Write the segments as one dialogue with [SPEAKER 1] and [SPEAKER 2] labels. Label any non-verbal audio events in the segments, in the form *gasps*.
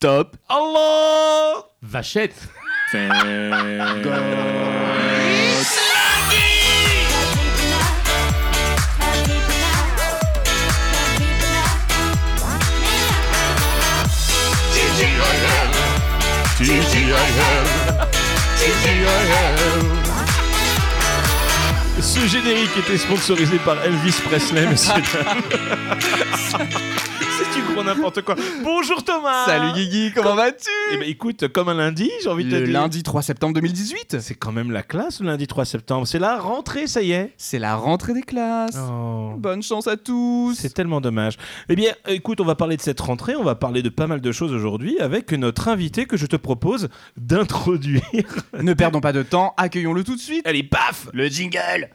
[SPEAKER 1] top. Allah Vachette Ce générique était sponsorisé par Elvis Presley, messieurs dames. *laughs* C'est du gros n'importe quoi. Bonjour Thomas
[SPEAKER 2] Salut Guigui, comment vas-tu
[SPEAKER 1] Ah. Eh ben écoute, comme un lundi, j'ai envie de te
[SPEAKER 2] Le
[SPEAKER 1] dire.
[SPEAKER 2] lundi 3 septembre 2018,
[SPEAKER 1] C'est quand même la classe le lundi 3 septembre. C'est la rentrée, ça y est.
[SPEAKER 2] c'est la rentrée des classes.
[SPEAKER 1] Oh.
[SPEAKER 2] Bonne chance à tous.
[SPEAKER 1] C'est tellement dommage. Eh bien, écoute, on va parler de cette rentrée, on va parler de pas mal de choses aujourd'hui avec notre invité que je te propose d'introduire. *laughs*
[SPEAKER 2] Ne perdons pas de temps, accueillons-le tout de suite.
[SPEAKER 1] Allez, paf
[SPEAKER 2] Le jingle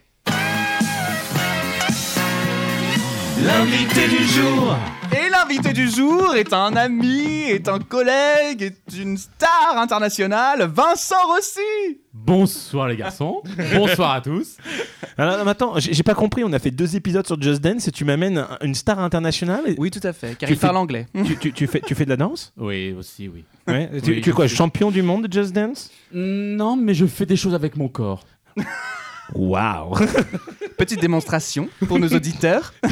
[SPEAKER 1] L'invité du jour
[SPEAKER 2] Et l'invité du jour est un ami, est un collègue, est une star internationale, Vincent Rossi
[SPEAKER 3] Bonsoir les garçons, bonsoir à tous.
[SPEAKER 1] Alors, non, mais attends, j'ai j'ai pas compris, on a fait deux épisodes sur Just Dance et tu m'amènes un- une star internationale et-
[SPEAKER 2] Oui, tout à fait, car
[SPEAKER 1] Tu
[SPEAKER 2] il
[SPEAKER 1] fais-
[SPEAKER 2] parle anglais.
[SPEAKER 1] tu, tu- tu fais, tu fais de la danse
[SPEAKER 3] Oui, aussi, oui.
[SPEAKER 1] ouais. tu,
[SPEAKER 3] Oui,
[SPEAKER 1] tu es quoi,
[SPEAKER 3] je sais.
[SPEAKER 1] champion du monde de Just Dance
[SPEAKER 3] Non, mais je fais des choses avec mon corps.
[SPEAKER 1] Waouh
[SPEAKER 2] *laughs* Petite démonstration pour nos auditeurs. oh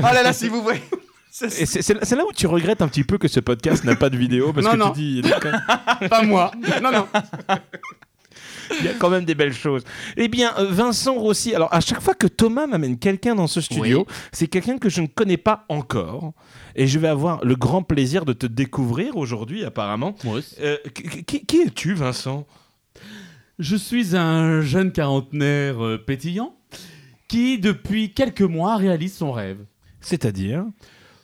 [SPEAKER 2] là là, si vous voyez. Ça,
[SPEAKER 1] *laughs* Et c'est- C'est là- c'est là où tu regrettes un petit peu que ce podcast n'a pas de vidéo parce
[SPEAKER 3] Non,
[SPEAKER 1] que
[SPEAKER 3] non.
[SPEAKER 1] tu dis il y a quand même-
[SPEAKER 3] Pas moi. Non, non.
[SPEAKER 1] il y a quand même des belles choses. Eh bien, euh, Vincent Rossi, alors à chaque fois que Thomas m'amène quelqu'un dans ce studio, c'est quelqu'un que je ne connais pas encore et je vais avoir le grand plaisir de te découvrir aujourd'hui apparemment.
[SPEAKER 3] Moi aussi.
[SPEAKER 1] Euh, qui- qui- qui es-tu Vincent
[SPEAKER 3] Je suis un jeune quarantenaire euh, pétillant qui, depuis quelques mois, réalise son rêve.
[SPEAKER 1] C'est-à-dire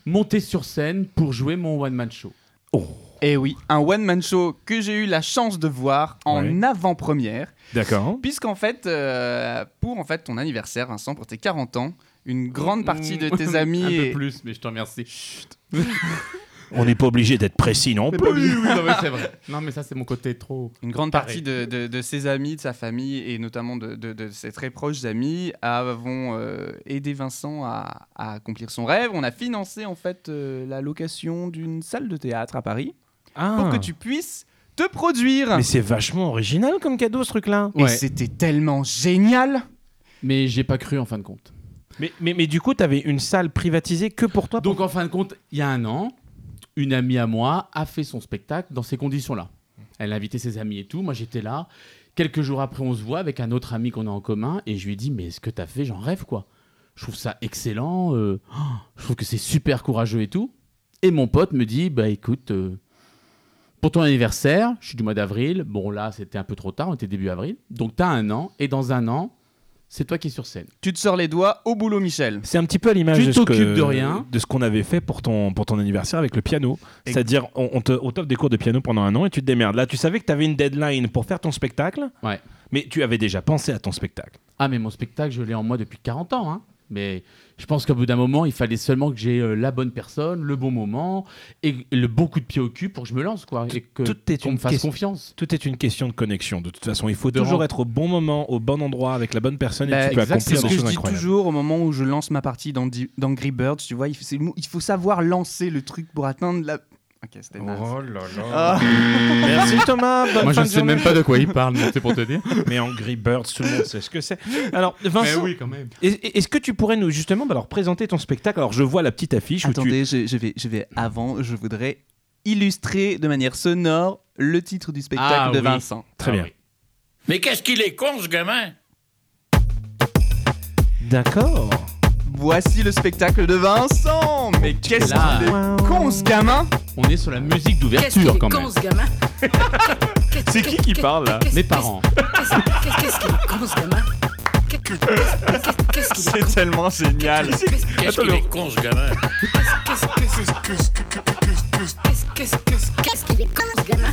[SPEAKER 3] Monter sur scène pour jouer mon one-man show.
[SPEAKER 1] Oh,
[SPEAKER 2] Et Eh oui, un one-man show que j'ai eu la chance de voir en
[SPEAKER 1] Ouais.
[SPEAKER 2] avant-première.
[SPEAKER 1] d'accord.
[SPEAKER 2] Puisqu'en fait, euh, pour en fait ton anniversaire, Vincent, pour tes 40 ans, une grande partie de tes amis.
[SPEAKER 3] *laughs* Un
[SPEAKER 2] et-
[SPEAKER 3] peu plus, mais je te remercie. Chut.
[SPEAKER 1] On n'est pas obligé d'être précis non
[SPEAKER 3] Oui, oui, oui, non, mais c'est vrai. Non, mais ça, c'est mon côté trop.
[SPEAKER 2] Une grande partie de, de- de ses amis, de sa famille et notamment de, de- de ses très proches amis avons euh, aidé Vincent à, à accomplir son rêve. On a financé en fait euh, la location d'une salle de théâtre à Paris pour que tu puisses te
[SPEAKER 3] Ah.
[SPEAKER 2] produire.
[SPEAKER 1] Ah. Mais c'est vachement original comme cadeau ce truc-là.
[SPEAKER 2] Et c'était tellement génial
[SPEAKER 3] Mais j'ai pas cru en fin de compte.
[SPEAKER 1] Mais, mais, mais du coup, t'avais une salle privatisée que pour toi.
[SPEAKER 3] Donc, en fin de compte, il y a un an, une amie à moi a fait son spectacle dans ces conditions-là. Elle a invité ses amis et tout. Moi, j'étais là. Quelques jours après, on se voit avec un autre ami qu'on a en commun. Et je lui ai dit Mais ce que t'as fait, j'en rêve, quoi. Je trouve ça excellent. euh, oh, je trouve que c'est super courageux et tout. Et mon pote me dit Bah écoute, euh, pour ton anniversaire, je suis du mois d'avril. Bon, là, c'était un peu trop tard. On était début avril. Donc, t'as un an. Et dans un an, c'est toi qui es sur scène.
[SPEAKER 2] Tu te sors les doigts au boulot, Michel.
[SPEAKER 1] C'est un petit peu à l'image
[SPEAKER 3] Tu
[SPEAKER 1] de ce que-
[SPEAKER 3] t'occupes de rien.
[SPEAKER 1] de ce qu'on avait fait pour ton, pour ton anniversaire avec le piano.
[SPEAKER 2] Et-
[SPEAKER 1] C'est-à-dire, on, on te on t'offre des cours de piano pendant un an et tu te démerdes. Là, tu savais que t'avais une deadline pour faire ton spectacle.
[SPEAKER 3] Ouais.
[SPEAKER 1] Mais tu avais déjà pensé à ton spectacle.
[SPEAKER 3] Ah, mais mon spectacle, je l'ai en moi depuis 40 ans. hein. Mais je pense qu'au bout d'un moment, il fallait seulement que j'ai euh, la bonne personne, le bon moment et le bon coup de pied au cul pour que je me lance, quoi. Et que
[SPEAKER 1] tout est
[SPEAKER 3] qu'on
[SPEAKER 1] une
[SPEAKER 3] me fasse
[SPEAKER 1] question-
[SPEAKER 3] confiance.
[SPEAKER 1] Tout est une question de connexion. De toute façon, il faut
[SPEAKER 3] De
[SPEAKER 1] toujours
[SPEAKER 3] rencontre.
[SPEAKER 1] être au bon moment, au bon endroit, avec la bonne personne
[SPEAKER 2] Bah,
[SPEAKER 1] et tu peux
[SPEAKER 3] exact,
[SPEAKER 2] C'est
[SPEAKER 1] accomplir des
[SPEAKER 2] ce que je
[SPEAKER 1] choses
[SPEAKER 2] dis
[SPEAKER 1] incroyables.
[SPEAKER 2] toujours au moment où je lance ma partie dans Di- d'Angry Birds, tu vois, il faut, c'est le mot- il faut savoir lancer le truc pour atteindre la... Ok, c'était naze.
[SPEAKER 1] Oh là
[SPEAKER 2] Ah.
[SPEAKER 1] Merci Thomas. bonne fin de journée.
[SPEAKER 3] pas de quoi il parle, mais c'est pour te *laughs* dire.
[SPEAKER 1] Mais Angry Birds, tout le monde sait ce que c'est. Alors, Vincent,
[SPEAKER 3] quand même.
[SPEAKER 1] est- est- est-ce que tu pourrais nous justement bah, alors, présenter ton spectacle Alors, je vois la petite affiche où tu.
[SPEAKER 2] Attendez, je, je vais, je vais avant, je voudrais illustrer de manière sonore le titre du spectacle
[SPEAKER 3] Ah
[SPEAKER 2] de
[SPEAKER 3] oui.
[SPEAKER 2] Vincent.
[SPEAKER 1] Très bien.
[SPEAKER 4] Mais qu'est-ce qu'il est con, ce gamin
[SPEAKER 1] D'accord.
[SPEAKER 2] Voici le spectacle de Vincent Mais qu'est-ce
[SPEAKER 3] là.
[SPEAKER 2] qu'il est con ce gamin
[SPEAKER 3] On est sur la musique d'ouverture quand même.
[SPEAKER 5] gamin C'est qui qui parle là
[SPEAKER 3] Mes parents.
[SPEAKER 5] Qu'est-ce qu'il est con ce gamin Qu'est-ce qu'il est tellement génial
[SPEAKER 4] Qu'est-ce qu'il est con, ce gamin
[SPEAKER 5] Qu'est-ce qu'il est con ce gamin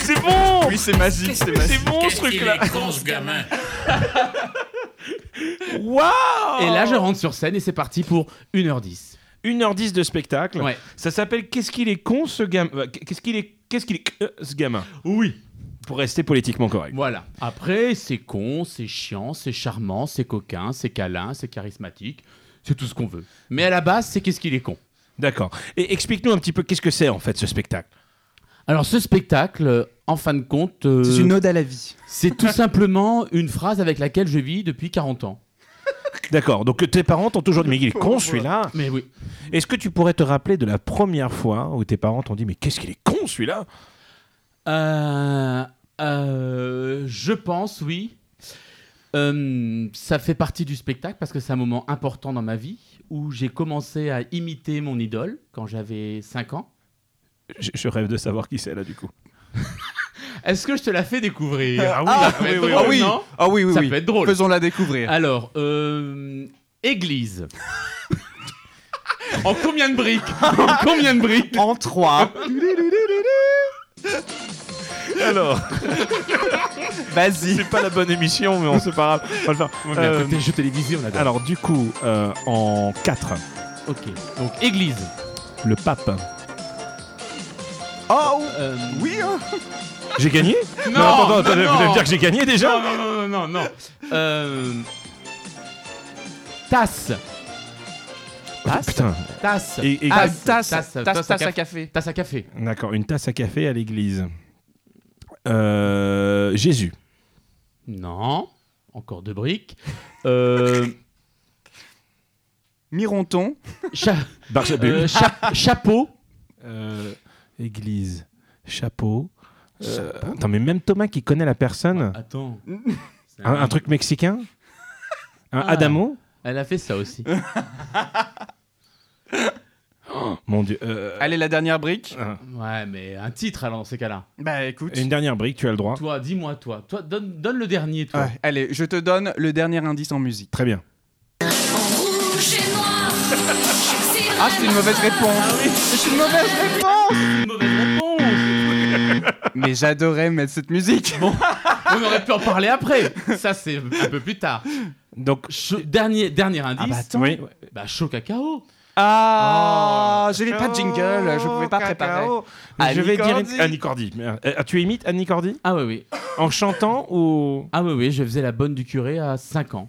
[SPEAKER 1] C'est bon
[SPEAKER 2] Oui, c'est magique, c'est magique.
[SPEAKER 1] bon
[SPEAKER 4] Qu'est-ce qu'il est con, ce gamin
[SPEAKER 1] Waouh
[SPEAKER 3] Et là, je rentre sur scène et c'est parti pour 1h10.
[SPEAKER 1] 1h10 de spectacle.
[SPEAKER 3] Ouais.
[SPEAKER 1] Ça s'appelle Qu'est-ce qu'il est con ce gamin Euh, Qu'est-ce qu'il est. Qu'est-ce qu'il est. euh, ce gamin
[SPEAKER 3] Oui.
[SPEAKER 1] Pour rester politiquement correct.
[SPEAKER 3] Voilà. Après, c'est con, c'est chiant, c'est charmant, c'est coquin, c'est câlin, c'est charismatique, c'est tout ce qu'on veut. Mais à la base, c'est qu'est-ce qu'il est con.
[SPEAKER 1] D'accord. Et explique-nous un petit peu qu'est-ce que c'est en fait ce spectacle.
[SPEAKER 3] Alors ce spectacle, euh, en fin de compte, euh,
[SPEAKER 2] C'est une ode à la vie.
[SPEAKER 3] c'est tout simplement une phrase avec laquelle je vis depuis 40 ans.
[SPEAKER 1] D'accord. Donc tes parents t'ont toujours dit mais il est con celui-là.
[SPEAKER 3] Mais oui.
[SPEAKER 1] Est-ce que tu pourrais te rappeler de la première fois où tes parents t'ont dit mais qu'est-ce qu'il est con celui-là
[SPEAKER 3] Euh, euh, je pense, oui. Euh, ça fait partie du spectacle parce que c'est un moment important dans ma vie où j'ai commencé à imiter mon idole quand j'avais 5 ans.
[SPEAKER 1] je, je rêve de savoir qui c'est là du coup.
[SPEAKER 3] Est-ce que je te la fais découvrir
[SPEAKER 1] Ah oui,
[SPEAKER 3] ça peut être drôle, non
[SPEAKER 2] Ah oui, oui,
[SPEAKER 3] Ça
[SPEAKER 2] oui.
[SPEAKER 3] peut être drôle.
[SPEAKER 2] Faisons-la découvrir.
[SPEAKER 3] Alors, euh, église.
[SPEAKER 1] *laughs*
[SPEAKER 3] en combien de briques En combien de briques
[SPEAKER 2] En trois.
[SPEAKER 1] Alors,
[SPEAKER 2] Vas-y.
[SPEAKER 1] c'est pas la bonne émission, mais on se parle. On va le faire. Euh,
[SPEAKER 3] Côté jeu télévisé, on adore.
[SPEAKER 1] alors, du coup, euh, en 4,
[SPEAKER 3] ok. Donc, église.
[SPEAKER 1] le pape.
[SPEAKER 2] Oh
[SPEAKER 3] Euh,
[SPEAKER 2] oui, hein.
[SPEAKER 1] J'ai gagné
[SPEAKER 3] Non,
[SPEAKER 1] attends, attends,
[SPEAKER 3] non,
[SPEAKER 1] vous
[SPEAKER 3] non.
[SPEAKER 1] allez me dire que j'ai gagné déjà
[SPEAKER 3] Non, non, non, non, non, non. Euh, tasse. Tasse.
[SPEAKER 1] Ah, Putain,
[SPEAKER 3] Tasse. Ah,
[SPEAKER 1] Et- et-
[SPEAKER 3] tasse.
[SPEAKER 2] tasse,
[SPEAKER 3] Tasse.
[SPEAKER 2] tasse, tasse à
[SPEAKER 3] café.
[SPEAKER 2] café.
[SPEAKER 3] Tasse à café.
[SPEAKER 1] d'accord, une tasse à café à l'église. Euh, Jésus.
[SPEAKER 3] Non. Encore deux briques. Euh,
[SPEAKER 2] Mironton.
[SPEAKER 1] *laughs*
[SPEAKER 3] cha-
[SPEAKER 1] Barjabul.
[SPEAKER 3] euh, cha- chapeau.
[SPEAKER 1] Euh, église. Chapeau. Euh, attends, mais même Thomas qui connaît la personne.
[SPEAKER 3] Attends.
[SPEAKER 1] *laughs*
[SPEAKER 3] C'est
[SPEAKER 1] Un, un truc mexicain Un
[SPEAKER 3] Ah.
[SPEAKER 1] Adamo
[SPEAKER 3] Elle a fait ça aussi. Ah.
[SPEAKER 1] Mon dieu. euh,
[SPEAKER 2] Allez, la dernière brique.
[SPEAKER 1] un-
[SPEAKER 3] Ouais, mais un titre alors dans ces cas-là.
[SPEAKER 2] Bah écoute.
[SPEAKER 1] une dernière brique, tu as le droit.
[SPEAKER 3] Toi, dis-moi, toi. Toi, donne, donne le dernier, toi.
[SPEAKER 2] Ouais, Allez, je te donne le dernier indice en musique.
[SPEAKER 1] Très bien.
[SPEAKER 2] Ah, c'est une mauvaise réponse. C'est une mauvaise réponse.
[SPEAKER 3] C'est une mauvaise réponse.
[SPEAKER 2] Mais j'adorais mettre cette musique.
[SPEAKER 3] On aurait pu en parler après. Ça, c'est un peu plus tard.
[SPEAKER 1] Donc,
[SPEAKER 3] Cho- dernier, dernier indice.
[SPEAKER 1] oui.
[SPEAKER 3] Bah, chaud cacao.
[SPEAKER 2] Ah, Oh, j'avais pas de jingle, je pouvais pas préparer.
[SPEAKER 1] je vais dire
[SPEAKER 2] Cordy.
[SPEAKER 1] Annie Cordy. Merde. Euh, tu imites Annie Cordy
[SPEAKER 3] Ah oui, oui.
[SPEAKER 1] en chantant ou
[SPEAKER 3] Ah oui, oui, je faisais la bonne du curé à 5 ans.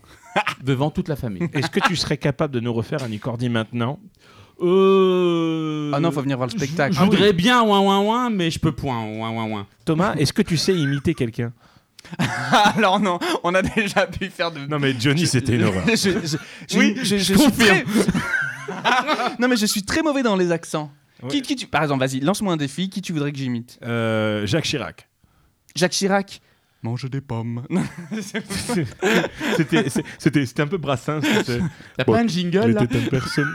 [SPEAKER 3] devant toute la famille.
[SPEAKER 1] est-ce que tu serais capable de nous refaire Annie Cordy maintenant
[SPEAKER 3] Euh...
[SPEAKER 2] Ah non, faut venir voir le
[SPEAKER 3] Je-
[SPEAKER 2] spectacle.
[SPEAKER 3] Je voudrais bien ouin ouin ouin, mais je peux point ouin ouin ouin.
[SPEAKER 1] Thomas, est-ce que tu sais imiter quelqu'un
[SPEAKER 2] Ah *laughs* Alors non, on a déjà pu faire de.
[SPEAKER 1] Non mais Johnny, c'était une horreur.
[SPEAKER 2] Je- je- je-
[SPEAKER 3] Oui,
[SPEAKER 2] je, suis
[SPEAKER 3] je confirme.
[SPEAKER 2] très- *laughs* non mais je suis très mauvais dans les accents.
[SPEAKER 1] Ouais.
[SPEAKER 2] Qui, qui tu... Par exemple, vas-y, lance-moi un défi. Qui tu voudrais que j'imite
[SPEAKER 1] *laughs* Euh, Jacques Chirac.
[SPEAKER 2] Jacques Chirac. Mange des pommes.
[SPEAKER 1] C'était c'est- c'était c'était un peu brassin. c'était-
[SPEAKER 3] T'as
[SPEAKER 1] Bon,
[SPEAKER 3] pas un jingle là
[SPEAKER 1] J'étais une personne.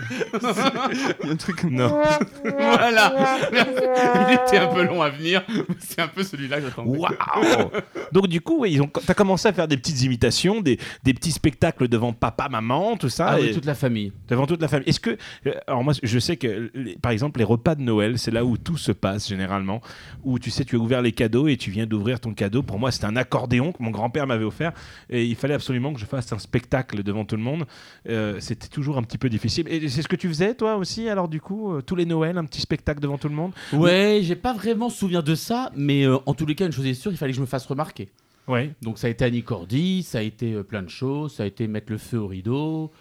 [SPEAKER 2] un truc
[SPEAKER 1] Non.
[SPEAKER 3] *laughs* Voilà hein. Il était un peu long à venir, mais c'est un peu celui-là que
[SPEAKER 1] *laughs*
[SPEAKER 3] j'attendais.
[SPEAKER 1] Waouh Donc du coup, ouais, ils ont t'as commencé à faire des petites imitations, des, des petits spectacles devant papa, maman, tout ça.
[SPEAKER 3] Ah
[SPEAKER 1] et-
[SPEAKER 3] oui, toute la famille.
[SPEAKER 1] Devant toute la famille. Est-ce que. euh, Alors, moi, je sais que, les- par exemple, les repas de Noël, c'est là où tout se passe, généralement. Où tu sais, tu as ouvert les cadeaux et tu viens d'ouvrir ton cadeau. Pour moi, c'était un accordéon que mon grand-père m'avait offert. Et il fallait absolument que je fasse un spectacle devant tout le monde. Euh, c'était toujours un petit peu difficile. Et c'est ce que tu faisais, toi aussi Alors, du coup, euh, tous les Noëls, un petit spectacle devant tout le monde
[SPEAKER 3] Ouais, j'ai pas vraiment souvenir de ça, mais euh, en tous les cas, une chose est sûre, il fallait que je me fasse remarquer.
[SPEAKER 1] Ouais.
[SPEAKER 3] Donc ça a été Annie Cordy, ça a été euh, plein de choses, ça a été mettre le feu au rideau.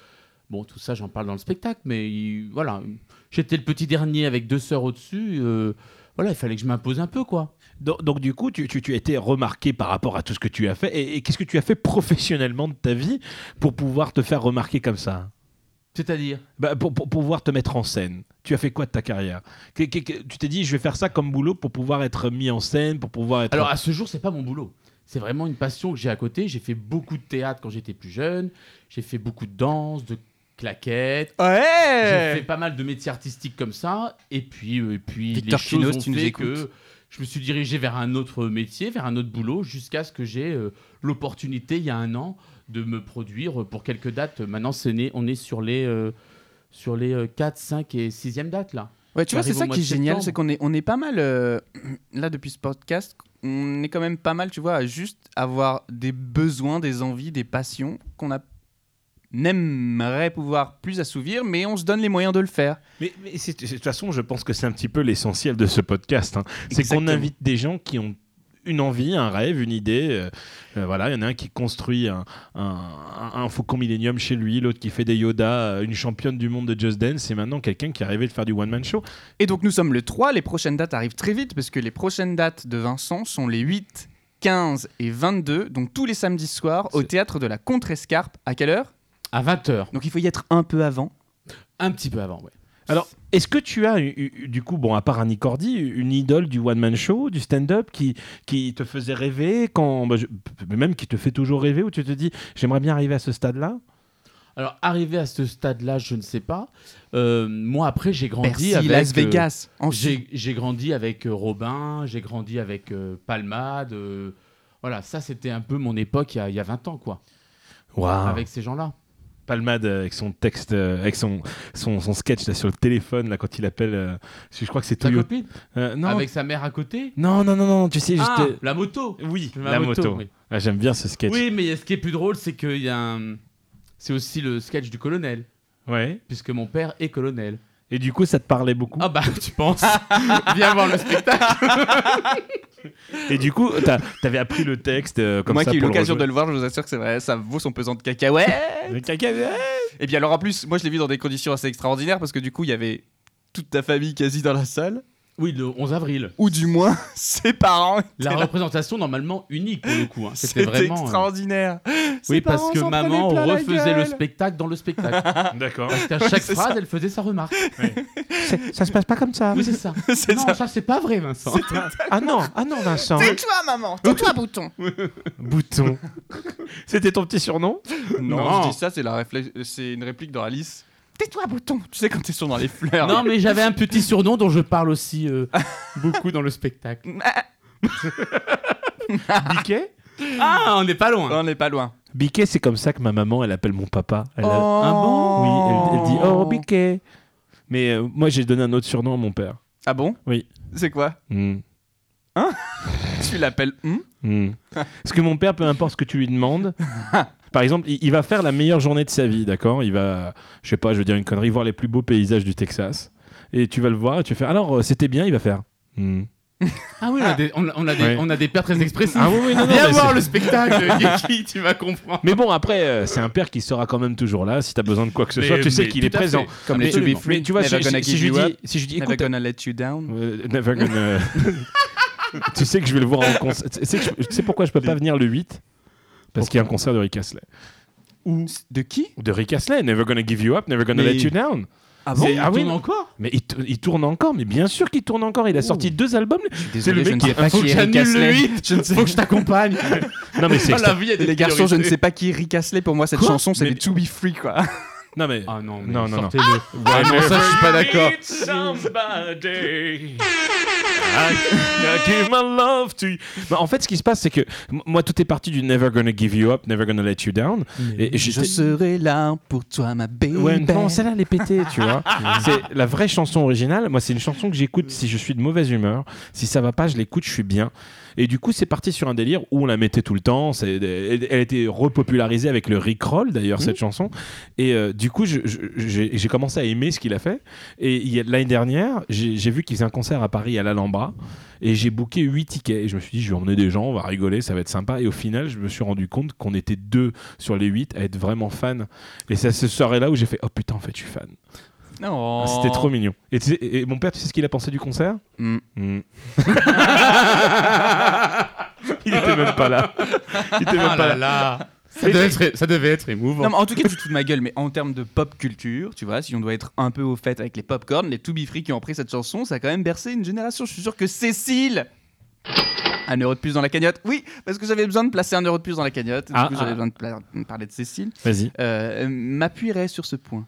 [SPEAKER 3] Bon, tout ça, j'en parle dans le spectacle, mais il- voilà. J'étais le petit dernier avec deux sœurs au-dessus. euh, voilà, il fallait que je m'impose un peu, quoi.
[SPEAKER 1] Donc, donc, du coup, tu, tu, tu as été remarqué par rapport à tout ce que tu as fait. Et, et qu'est-ce que tu as fait professionnellement de ta vie pour pouvoir te faire remarquer comme ça
[SPEAKER 3] C'est-à-dire
[SPEAKER 1] Bah, pour, pour pouvoir te mettre en scène. Tu as fait quoi de ta carrière Que- que- que- Tu t'es dit, je vais faire ça comme boulot pour pouvoir être mis en scène, pour pouvoir être.
[SPEAKER 3] Alors à ce jour, c'est pas mon boulot. C'est vraiment une passion que j'ai à côté. J'ai fait beaucoup de théâtre quand j'étais plus jeune. J'ai fait beaucoup de danse, de claquettes. J'ai fait
[SPEAKER 2] Ouais.
[SPEAKER 3] pas mal de métiers artistiques comme ça. Et puis, euh, et puis
[SPEAKER 2] Victor
[SPEAKER 3] les
[SPEAKER 2] Chinos,
[SPEAKER 3] choses ont
[SPEAKER 2] tu nous
[SPEAKER 3] fait
[SPEAKER 2] écoutes.
[SPEAKER 3] que je me suis dirigé vers un autre métier, vers un autre boulot, jusqu'à ce que j'ai euh, l'opportunité, il y a un an, de me produire euh, pour quelques dates. Maintenant, c'est né- on est sur les, euh, sur les euh, 4, 5 et 6e dates, là.
[SPEAKER 2] Ouais, tu vois, c'est
[SPEAKER 3] J'arrive au
[SPEAKER 2] ça
[SPEAKER 3] mois
[SPEAKER 2] qui est
[SPEAKER 3] de
[SPEAKER 2] génial,
[SPEAKER 3] septembre.
[SPEAKER 2] c'est qu'on est, on est pas mal euh, là depuis ce podcast. On est quand même pas mal, tu vois, à juste avoir des besoins, des envies, des passions qu'on a n'aimerait pouvoir plus assouvir, mais on se donne les moyens de le faire.
[SPEAKER 1] Mais, mais c'est- de toute façon, je pense que c'est un petit peu l'essentiel de ce podcast. hein. C'est qu'on
[SPEAKER 2] Exactement.
[SPEAKER 1] invite des gens qui ont une envie, un rêve, une idée. euh, euh, voilà, il y en a un qui construit un, un, un- un Faucon Millennium chez lui, l'autre qui fait des Yoda, euh, une championne du monde de Just Dance, et maintenant quelqu'un qui est arrivé de faire du one-man show.
[SPEAKER 2] Et donc nous sommes le 3, les prochaines dates arrivent très vite parce que les prochaines dates de Vincent sont les 8, 15 et 22, donc tous les samedis soirs au
[SPEAKER 1] C'est-
[SPEAKER 2] théâtre de la Contrescarpe. À quelle heure
[SPEAKER 3] À 20h.
[SPEAKER 2] Donc il faut y être un peu avant.
[SPEAKER 3] Un petit peu avant, ouais.
[SPEAKER 1] Alors, est-ce que tu as, eu- eu- du coup, bon, à part Annie Cordy, une idole du one-man show, du stand-up, qui, qui te faisait rêver, quand, bah, je- mais même qui te fait toujours rêver, où tu te dis, j'aimerais bien arriver à ce stade-là
[SPEAKER 3] Alors, arrivé à ce stade-là, je ne sais pas. Euh, moi, après, j'ai grandi
[SPEAKER 2] Merci,
[SPEAKER 3] avec.
[SPEAKER 2] Las
[SPEAKER 3] euh,
[SPEAKER 2] Vegas. en
[SPEAKER 3] j'ai j'ai grandi avec euh, Robin, j'ai grandi avec euh, Palmade. euh, voilà, ça, c'était un peu mon époque il y a, il y a 20 ans, quoi.
[SPEAKER 1] Waouh
[SPEAKER 3] Avec ces gens-là.
[SPEAKER 1] Palmade euh, avec son texte, euh, avec son, son, son sketch là, sur le téléphone, là, quand il appelle. euh, je crois que c'est
[SPEAKER 3] Ta
[SPEAKER 1] Toyota.
[SPEAKER 3] copine
[SPEAKER 1] Euh, non.
[SPEAKER 3] Avec sa mère à côté
[SPEAKER 1] non, non, non, non, tu sais,
[SPEAKER 3] Ah,
[SPEAKER 1] juste. euh,
[SPEAKER 3] la moto
[SPEAKER 1] Oui,
[SPEAKER 3] Ma
[SPEAKER 1] la moto.
[SPEAKER 3] oui.
[SPEAKER 1] Ah, J'aime bien ce sketch.
[SPEAKER 3] Oui, mais ce qui est plus drôle, c'est qu'il y a un... C'est aussi le sketch du colonel,
[SPEAKER 1] Ouais.
[SPEAKER 3] puisque mon père est colonel.
[SPEAKER 1] Et du coup, ça te parlait beaucoup.
[SPEAKER 3] Ah bah, *laughs* tu penses Viens voir le spectacle Ah.
[SPEAKER 1] Et du coup, t'as- t'avais appris le texte euh, comme
[SPEAKER 2] Moi
[SPEAKER 1] ça.
[SPEAKER 2] qui ai eu
[SPEAKER 1] pour le
[SPEAKER 2] l'occasion de
[SPEAKER 1] rejouer.
[SPEAKER 2] le voir, je vous assure que c'est vrai, ça vaut son pesant de cacahuètes.
[SPEAKER 1] *laughs* Le caca-
[SPEAKER 2] Et puis alors en plus, moi je l'ai vu dans des conditions assez extraordinaires parce que du coup il y avait toute ta famille quasi dans la salle,
[SPEAKER 3] Oui, le 11 avril.
[SPEAKER 2] ou du moins *laughs* ses parents.
[SPEAKER 3] La
[SPEAKER 2] étaient là.
[SPEAKER 3] représentation normalement unique pour le coup. hein. C'était vraiment. euh,
[SPEAKER 2] extraordinaire.
[SPEAKER 3] Oui,
[SPEAKER 2] Ses
[SPEAKER 3] parce
[SPEAKER 2] parents
[SPEAKER 3] que
[SPEAKER 2] s'en prenaient
[SPEAKER 3] maman
[SPEAKER 2] plein la
[SPEAKER 3] refaisait le
[SPEAKER 2] gueule.
[SPEAKER 3] spectacle dans le spectacle.
[SPEAKER 1] D'accord.
[SPEAKER 3] Parce qu'à chaque
[SPEAKER 2] c'est
[SPEAKER 3] phrase, elle faisait sa remarque.
[SPEAKER 1] Ça se passe pas comme ça.
[SPEAKER 3] Oui,
[SPEAKER 1] *laughs*
[SPEAKER 3] c'est ça.
[SPEAKER 2] *laughs* C'est
[SPEAKER 3] non,
[SPEAKER 2] ça.
[SPEAKER 3] ça, c'est pas vrai, Vincent.
[SPEAKER 1] Ah non, ah non, Vincent.
[SPEAKER 5] Tais-toi, maman. Tais-toi, bouton.
[SPEAKER 1] Bouton. *laughs* C'était ton petit surnom
[SPEAKER 2] Non,
[SPEAKER 1] Non.
[SPEAKER 2] je dis ça, c'est la réflé- c'est une réplique dans Alice.
[SPEAKER 5] Tais-toi, bouton.
[SPEAKER 2] Tu sais quand t'es sur dans les fleurs.
[SPEAKER 3] Non, mais j'avais un petit surnom dont je parle aussi euh, beaucoup dans le spectacle.
[SPEAKER 1] Biquet
[SPEAKER 3] Ah, on n'est pas loin.
[SPEAKER 2] on n'est pas loin.
[SPEAKER 1] Biquet, c'est comme ça que ma maman, elle appelle mon papa. Elle a-
[SPEAKER 3] Ah bon
[SPEAKER 1] Oui, elle, elle dit Oh, Biquet. Mais euh, moi, j'ai donné un autre surnom à mon père.
[SPEAKER 2] Ah bon
[SPEAKER 1] Oui.
[SPEAKER 2] C'est quoi
[SPEAKER 1] Hmm.
[SPEAKER 2] Tu l'appelles hmm
[SPEAKER 1] *laughs* Hmm. Parce que mon père, peu importe ce que tu lui *laughs* demandes, par exemple, il, il va faire la meilleure journée de sa vie, d'accord Il va, je sais pas, je veux dire une connerie, voir les plus beaux paysages du Texas. Et tu vas le voir et tu fais Alors, euh, c'était bien, il va faire. Hmm.
[SPEAKER 3] Ah oui, on a des, on a- on a des-
[SPEAKER 1] Ouais.
[SPEAKER 3] on a des pères très expressifs.
[SPEAKER 1] Ah oui, oui, non, non,
[SPEAKER 3] Viens
[SPEAKER 1] mais
[SPEAKER 3] voir
[SPEAKER 1] c'est-
[SPEAKER 3] le spectacle,
[SPEAKER 1] *laughs*
[SPEAKER 3] Yeki, tu vas comprendre.
[SPEAKER 1] Mais bon, après, euh, c'est un père qui sera quand même toujours là. Si t'as besoin de quoi que ce
[SPEAKER 3] Mais-
[SPEAKER 1] soit, tu sais
[SPEAKER 3] mais
[SPEAKER 1] qu'il
[SPEAKER 3] tout
[SPEAKER 1] est
[SPEAKER 3] à
[SPEAKER 1] présent.
[SPEAKER 3] fait.
[SPEAKER 2] Comme les
[SPEAKER 1] Absolument.
[SPEAKER 2] To Be Free,
[SPEAKER 1] Mais tu vois, si,
[SPEAKER 2] Never
[SPEAKER 1] si-
[SPEAKER 2] Gonna
[SPEAKER 1] si
[SPEAKER 2] Give
[SPEAKER 1] je lui
[SPEAKER 2] You Up,
[SPEAKER 1] dis, si je lui dis, écoute,
[SPEAKER 2] Never gonna let you down.
[SPEAKER 1] euh, never gonna- *laughs* tu sais que je vais le voir en concert. Tu sais, que je- tu sais pourquoi je peux pas venir le 8 Parce qu'il y a un concert de Rick Astley.
[SPEAKER 2] De qui
[SPEAKER 1] Mm, De Rick Astley, Never Gonna Give You Up, Never Gonna
[SPEAKER 3] Mais-
[SPEAKER 1] Let You Down.
[SPEAKER 2] Ah
[SPEAKER 1] bon
[SPEAKER 3] C'est-
[SPEAKER 1] Ah oui,
[SPEAKER 3] tourne
[SPEAKER 1] non.
[SPEAKER 3] encore
[SPEAKER 1] Mais il, t- il tourne encore, mais bien sûr qu'il tourne encore. Il a sorti
[SPEAKER 3] Oh.
[SPEAKER 1] deux albums.
[SPEAKER 2] Désolé,
[SPEAKER 1] le
[SPEAKER 2] je
[SPEAKER 1] mec
[SPEAKER 2] ne
[SPEAKER 1] qui-
[SPEAKER 2] sais pas
[SPEAKER 3] Faut
[SPEAKER 2] qui
[SPEAKER 3] que
[SPEAKER 2] est Rick
[SPEAKER 3] j'annule le
[SPEAKER 2] Astley.
[SPEAKER 3] 8 Faut que je t'accompagne
[SPEAKER 1] Non, mais
[SPEAKER 3] *laughs*
[SPEAKER 1] c'est
[SPEAKER 3] Ah, la vie, elle est
[SPEAKER 2] Les garçons, je ne
[SPEAKER 3] priorisée.
[SPEAKER 2] sais pas qui est Rick Astley. Pour moi, cette
[SPEAKER 1] Quoi
[SPEAKER 2] chanson, c'est
[SPEAKER 1] Mais-
[SPEAKER 2] des To Be Free, quoi.
[SPEAKER 1] Non, mais.
[SPEAKER 3] Ah non,
[SPEAKER 1] Non, non,
[SPEAKER 3] non,
[SPEAKER 1] non.
[SPEAKER 3] non. Ah non, ça, je suis pas d'accord.
[SPEAKER 1] give my love to you. Bah, en fait, ce qui se passe, c'est que m- moi, tout est parti du Never Gonna Give You Up, Never Gonna Let You Down. Et, et j'étais-
[SPEAKER 2] serai là pour toi, ma baby.
[SPEAKER 1] Ouais, non, celle-là, elle est pétée, tu vois. c'est la vraie chanson originale. Moi, c'est une chanson que j'écoute si je suis de mauvaise humeur. Si ça va pas, je l'écoute, je suis bien. Et du coup, c'est parti sur un délire où on la mettait tout le temps. C'est- Elle elle a été repopularisée avec le Rick Roll, d'ailleurs, cette chanson. Et euh, du coup, je- je- j'ai j'ai commencé à aimer ce qu'il a fait. Et il y a- l'année dernière, j'ai j'ai vu qu'il faisait un concert à Paris, à l'Alhambra. Et j'ai booké 8 tickets. Et je me suis dit, je vais emmener des gens, on va rigoler, ça va être sympa. Et au final, je me suis rendu compte qu'on était deux sur les 8 à être vraiment fans. Et c'est à ce soirée-là où j'ai fait, oh putain, en fait, je suis fan. Ah,
[SPEAKER 2] Non.
[SPEAKER 1] C'était trop mignon. Et, tu sais- et mon père, tu sais ce qu'il a pensé du concert
[SPEAKER 2] Mm.
[SPEAKER 1] Oh. Mm. *laughs* Il était même pas là. Il était même
[SPEAKER 3] Ah
[SPEAKER 1] pas
[SPEAKER 3] là
[SPEAKER 1] là.
[SPEAKER 3] là ça devait, être, ça devait être émouvant.
[SPEAKER 2] Non, mais en tout cas, tu te fous de ma gueule, mais en termes de pop culture, tu vois, si on doit être un peu au fait avec les popcorn, les To Be Free qui ont pris cette chanson, ça a quand même bercé une génération. Je suis sûr que Cécile. Un euro de plus dans la cagnotte. Oui, parce que j'avais besoin de placer un euro de plus dans la cagnotte. Du
[SPEAKER 1] Ah,
[SPEAKER 2] coup,
[SPEAKER 1] ah.
[SPEAKER 2] j'avais besoin de pla- de parler de Cécile.
[SPEAKER 1] Vas-y.
[SPEAKER 2] euh, m'appuierai sur ce point.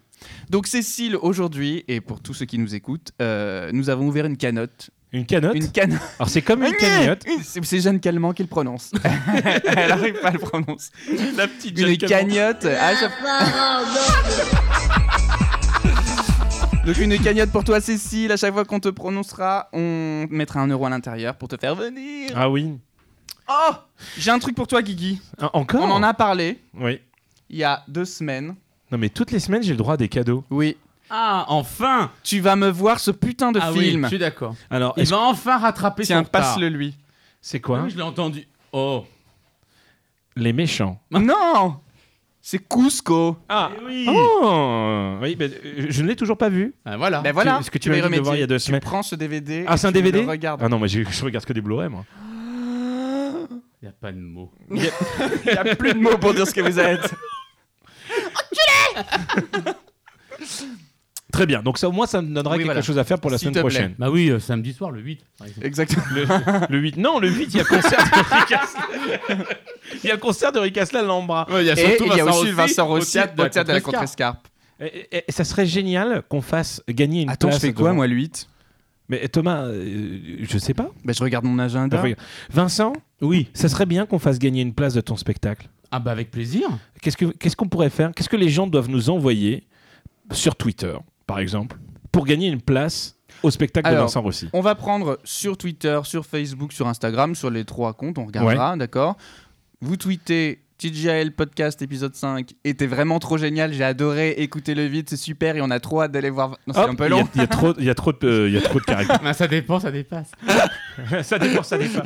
[SPEAKER 2] Donc Cécile, aujourd'hui, et pour tous ceux qui nous écoutent, euh, nous avons ouvert une canotte.
[SPEAKER 1] Une canotte
[SPEAKER 2] Une canotte.
[SPEAKER 1] Alors, c'est comme une cagnotte.
[SPEAKER 2] Une- C'est c'est Jeanne Calment qui le
[SPEAKER 1] *laughs*
[SPEAKER 2] prononce. Elle n'arrive pas à le prononcer.
[SPEAKER 1] La petite
[SPEAKER 2] Une cagnotte. Ah, à chaque- *laughs* Donc une cagnotte pour toi Cécile, à chaque fois qu'on te prononcera, on mettra un euro à l'intérieur pour te faire venir.
[SPEAKER 1] Ah oui.
[SPEAKER 2] Oh J'ai un truc pour toi Guigui.
[SPEAKER 1] Ah, Encore
[SPEAKER 2] On en a parlé
[SPEAKER 1] Oui.
[SPEAKER 2] il y a deux semaines.
[SPEAKER 1] Non, mais toutes les semaines, j'ai le droit à des cadeaux.
[SPEAKER 2] Oui.
[SPEAKER 3] Ah, enfin
[SPEAKER 2] Tu vas me voir ce putain de
[SPEAKER 3] Ah oui,
[SPEAKER 2] film.
[SPEAKER 3] je suis d'accord.
[SPEAKER 1] Alors,
[SPEAKER 3] Il va enfin rattraper
[SPEAKER 2] Tiens,
[SPEAKER 3] son retard. Ah
[SPEAKER 2] passe-le lui.
[SPEAKER 1] C'est quoi
[SPEAKER 3] Oui, je l'ai entendu. Oh,
[SPEAKER 1] Les méchants.
[SPEAKER 2] Non C'est Cusco
[SPEAKER 1] Ah
[SPEAKER 3] Eh
[SPEAKER 1] oui. Oh Oui, ben, euh, je ne l'ai toujours pas vu.
[SPEAKER 3] Ah, voilà.
[SPEAKER 2] Ben voilà,
[SPEAKER 1] ce que tu
[SPEAKER 2] vas
[SPEAKER 1] m'as
[SPEAKER 2] y
[SPEAKER 1] dit de
[SPEAKER 2] remédier.
[SPEAKER 1] voir il y a deux
[SPEAKER 2] Tu
[SPEAKER 1] semaines.
[SPEAKER 2] prends ce DVD.
[SPEAKER 1] Ah,
[SPEAKER 2] et
[SPEAKER 1] c'est un
[SPEAKER 2] tu
[SPEAKER 1] DVD
[SPEAKER 2] le regardes.
[SPEAKER 1] Ah non, mais je, je regarde que des Blu-ray, moi.
[SPEAKER 3] Il n'y a pas de mots.
[SPEAKER 2] Il n'y a plus de mots pour dire ce que vous êtes.
[SPEAKER 1] Très bien. Donc ça, au moins, ça me donnera
[SPEAKER 2] Oui,
[SPEAKER 1] quelque
[SPEAKER 2] voilà.
[SPEAKER 1] chose à faire pour la
[SPEAKER 2] S'il
[SPEAKER 1] semaine
[SPEAKER 2] te plaît.
[SPEAKER 1] prochaine.
[SPEAKER 3] Bah oui, euh, samedi soir, le 8. par
[SPEAKER 2] *laughs*
[SPEAKER 3] exemple.
[SPEAKER 2] Exactement.
[SPEAKER 1] Le 8. Non, le 8, il y a concert de Rick Astley. *laughs* Il y a le concert de Rick Astley à l'Alhambra.
[SPEAKER 3] il y a
[SPEAKER 2] Et il y a aussi le Vincent Rossiat,
[SPEAKER 3] au
[SPEAKER 2] le théâtre de la
[SPEAKER 3] Contrescarpe.
[SPEAKER 2] Contrescarpe.
[SPEAKER 1] Et, et- et ça serait génial qu'on fasse gagner une
[SPEAKER 2] Attends, je
[SPEAKER 1] place
[SPEAKER 2] fais quoi,
[SPEAKER 1] devant-
[SPEAKER 2] moi, le 8
[SPEAKER 1] Mais Thomas, euh, je sais pas.
[SPEAKER 2] Bah, je regarde mon agenda.
[SPEAKER 1] Regarde. Vincent,
[SPEAKER 3] Oui.
[SPEAKER 1] ça serait bien qu'on fasse gagner une place de ton spectacle.
[SPEAKER 3] Ah bah avec plaisir.
[SPEAKER 1] Qu'est-ce que- qu'est-ce qu'on pourrait faire Qu'est-ce que les gens doivent nous envoyer sur Twitter, par exemple, pour gagner une place au spectacle de
[SPEAKER 2] Alors,
[SPEAKER 1] Vincent Rossi
[SPEAKER 2] On va prendre sur Twitter, sur Facebook, sur Instagram, sur les trois comptes, on regardera, d'accord Vous tweetez TGL Podcast épisode 5, était vraiment trop génial, j'ai adoré, écoutez-le vite, c'est super et on a trop hâte d'aller voir. Non, c'est
[SPEAKER 1] Hop,
[SPEAKER 2] un peu
[SPEAKER 1] il y a-
[SPEAKER 2] long.
[SPEAKER 1] Il y, a trop, il y a trop de, euh, il y a trop de caractères.
[SPEAKER 3] Ah, ça dépend, ça dépasse.
[SPEAKER 1] *laughs* ça dépend, ça dépend.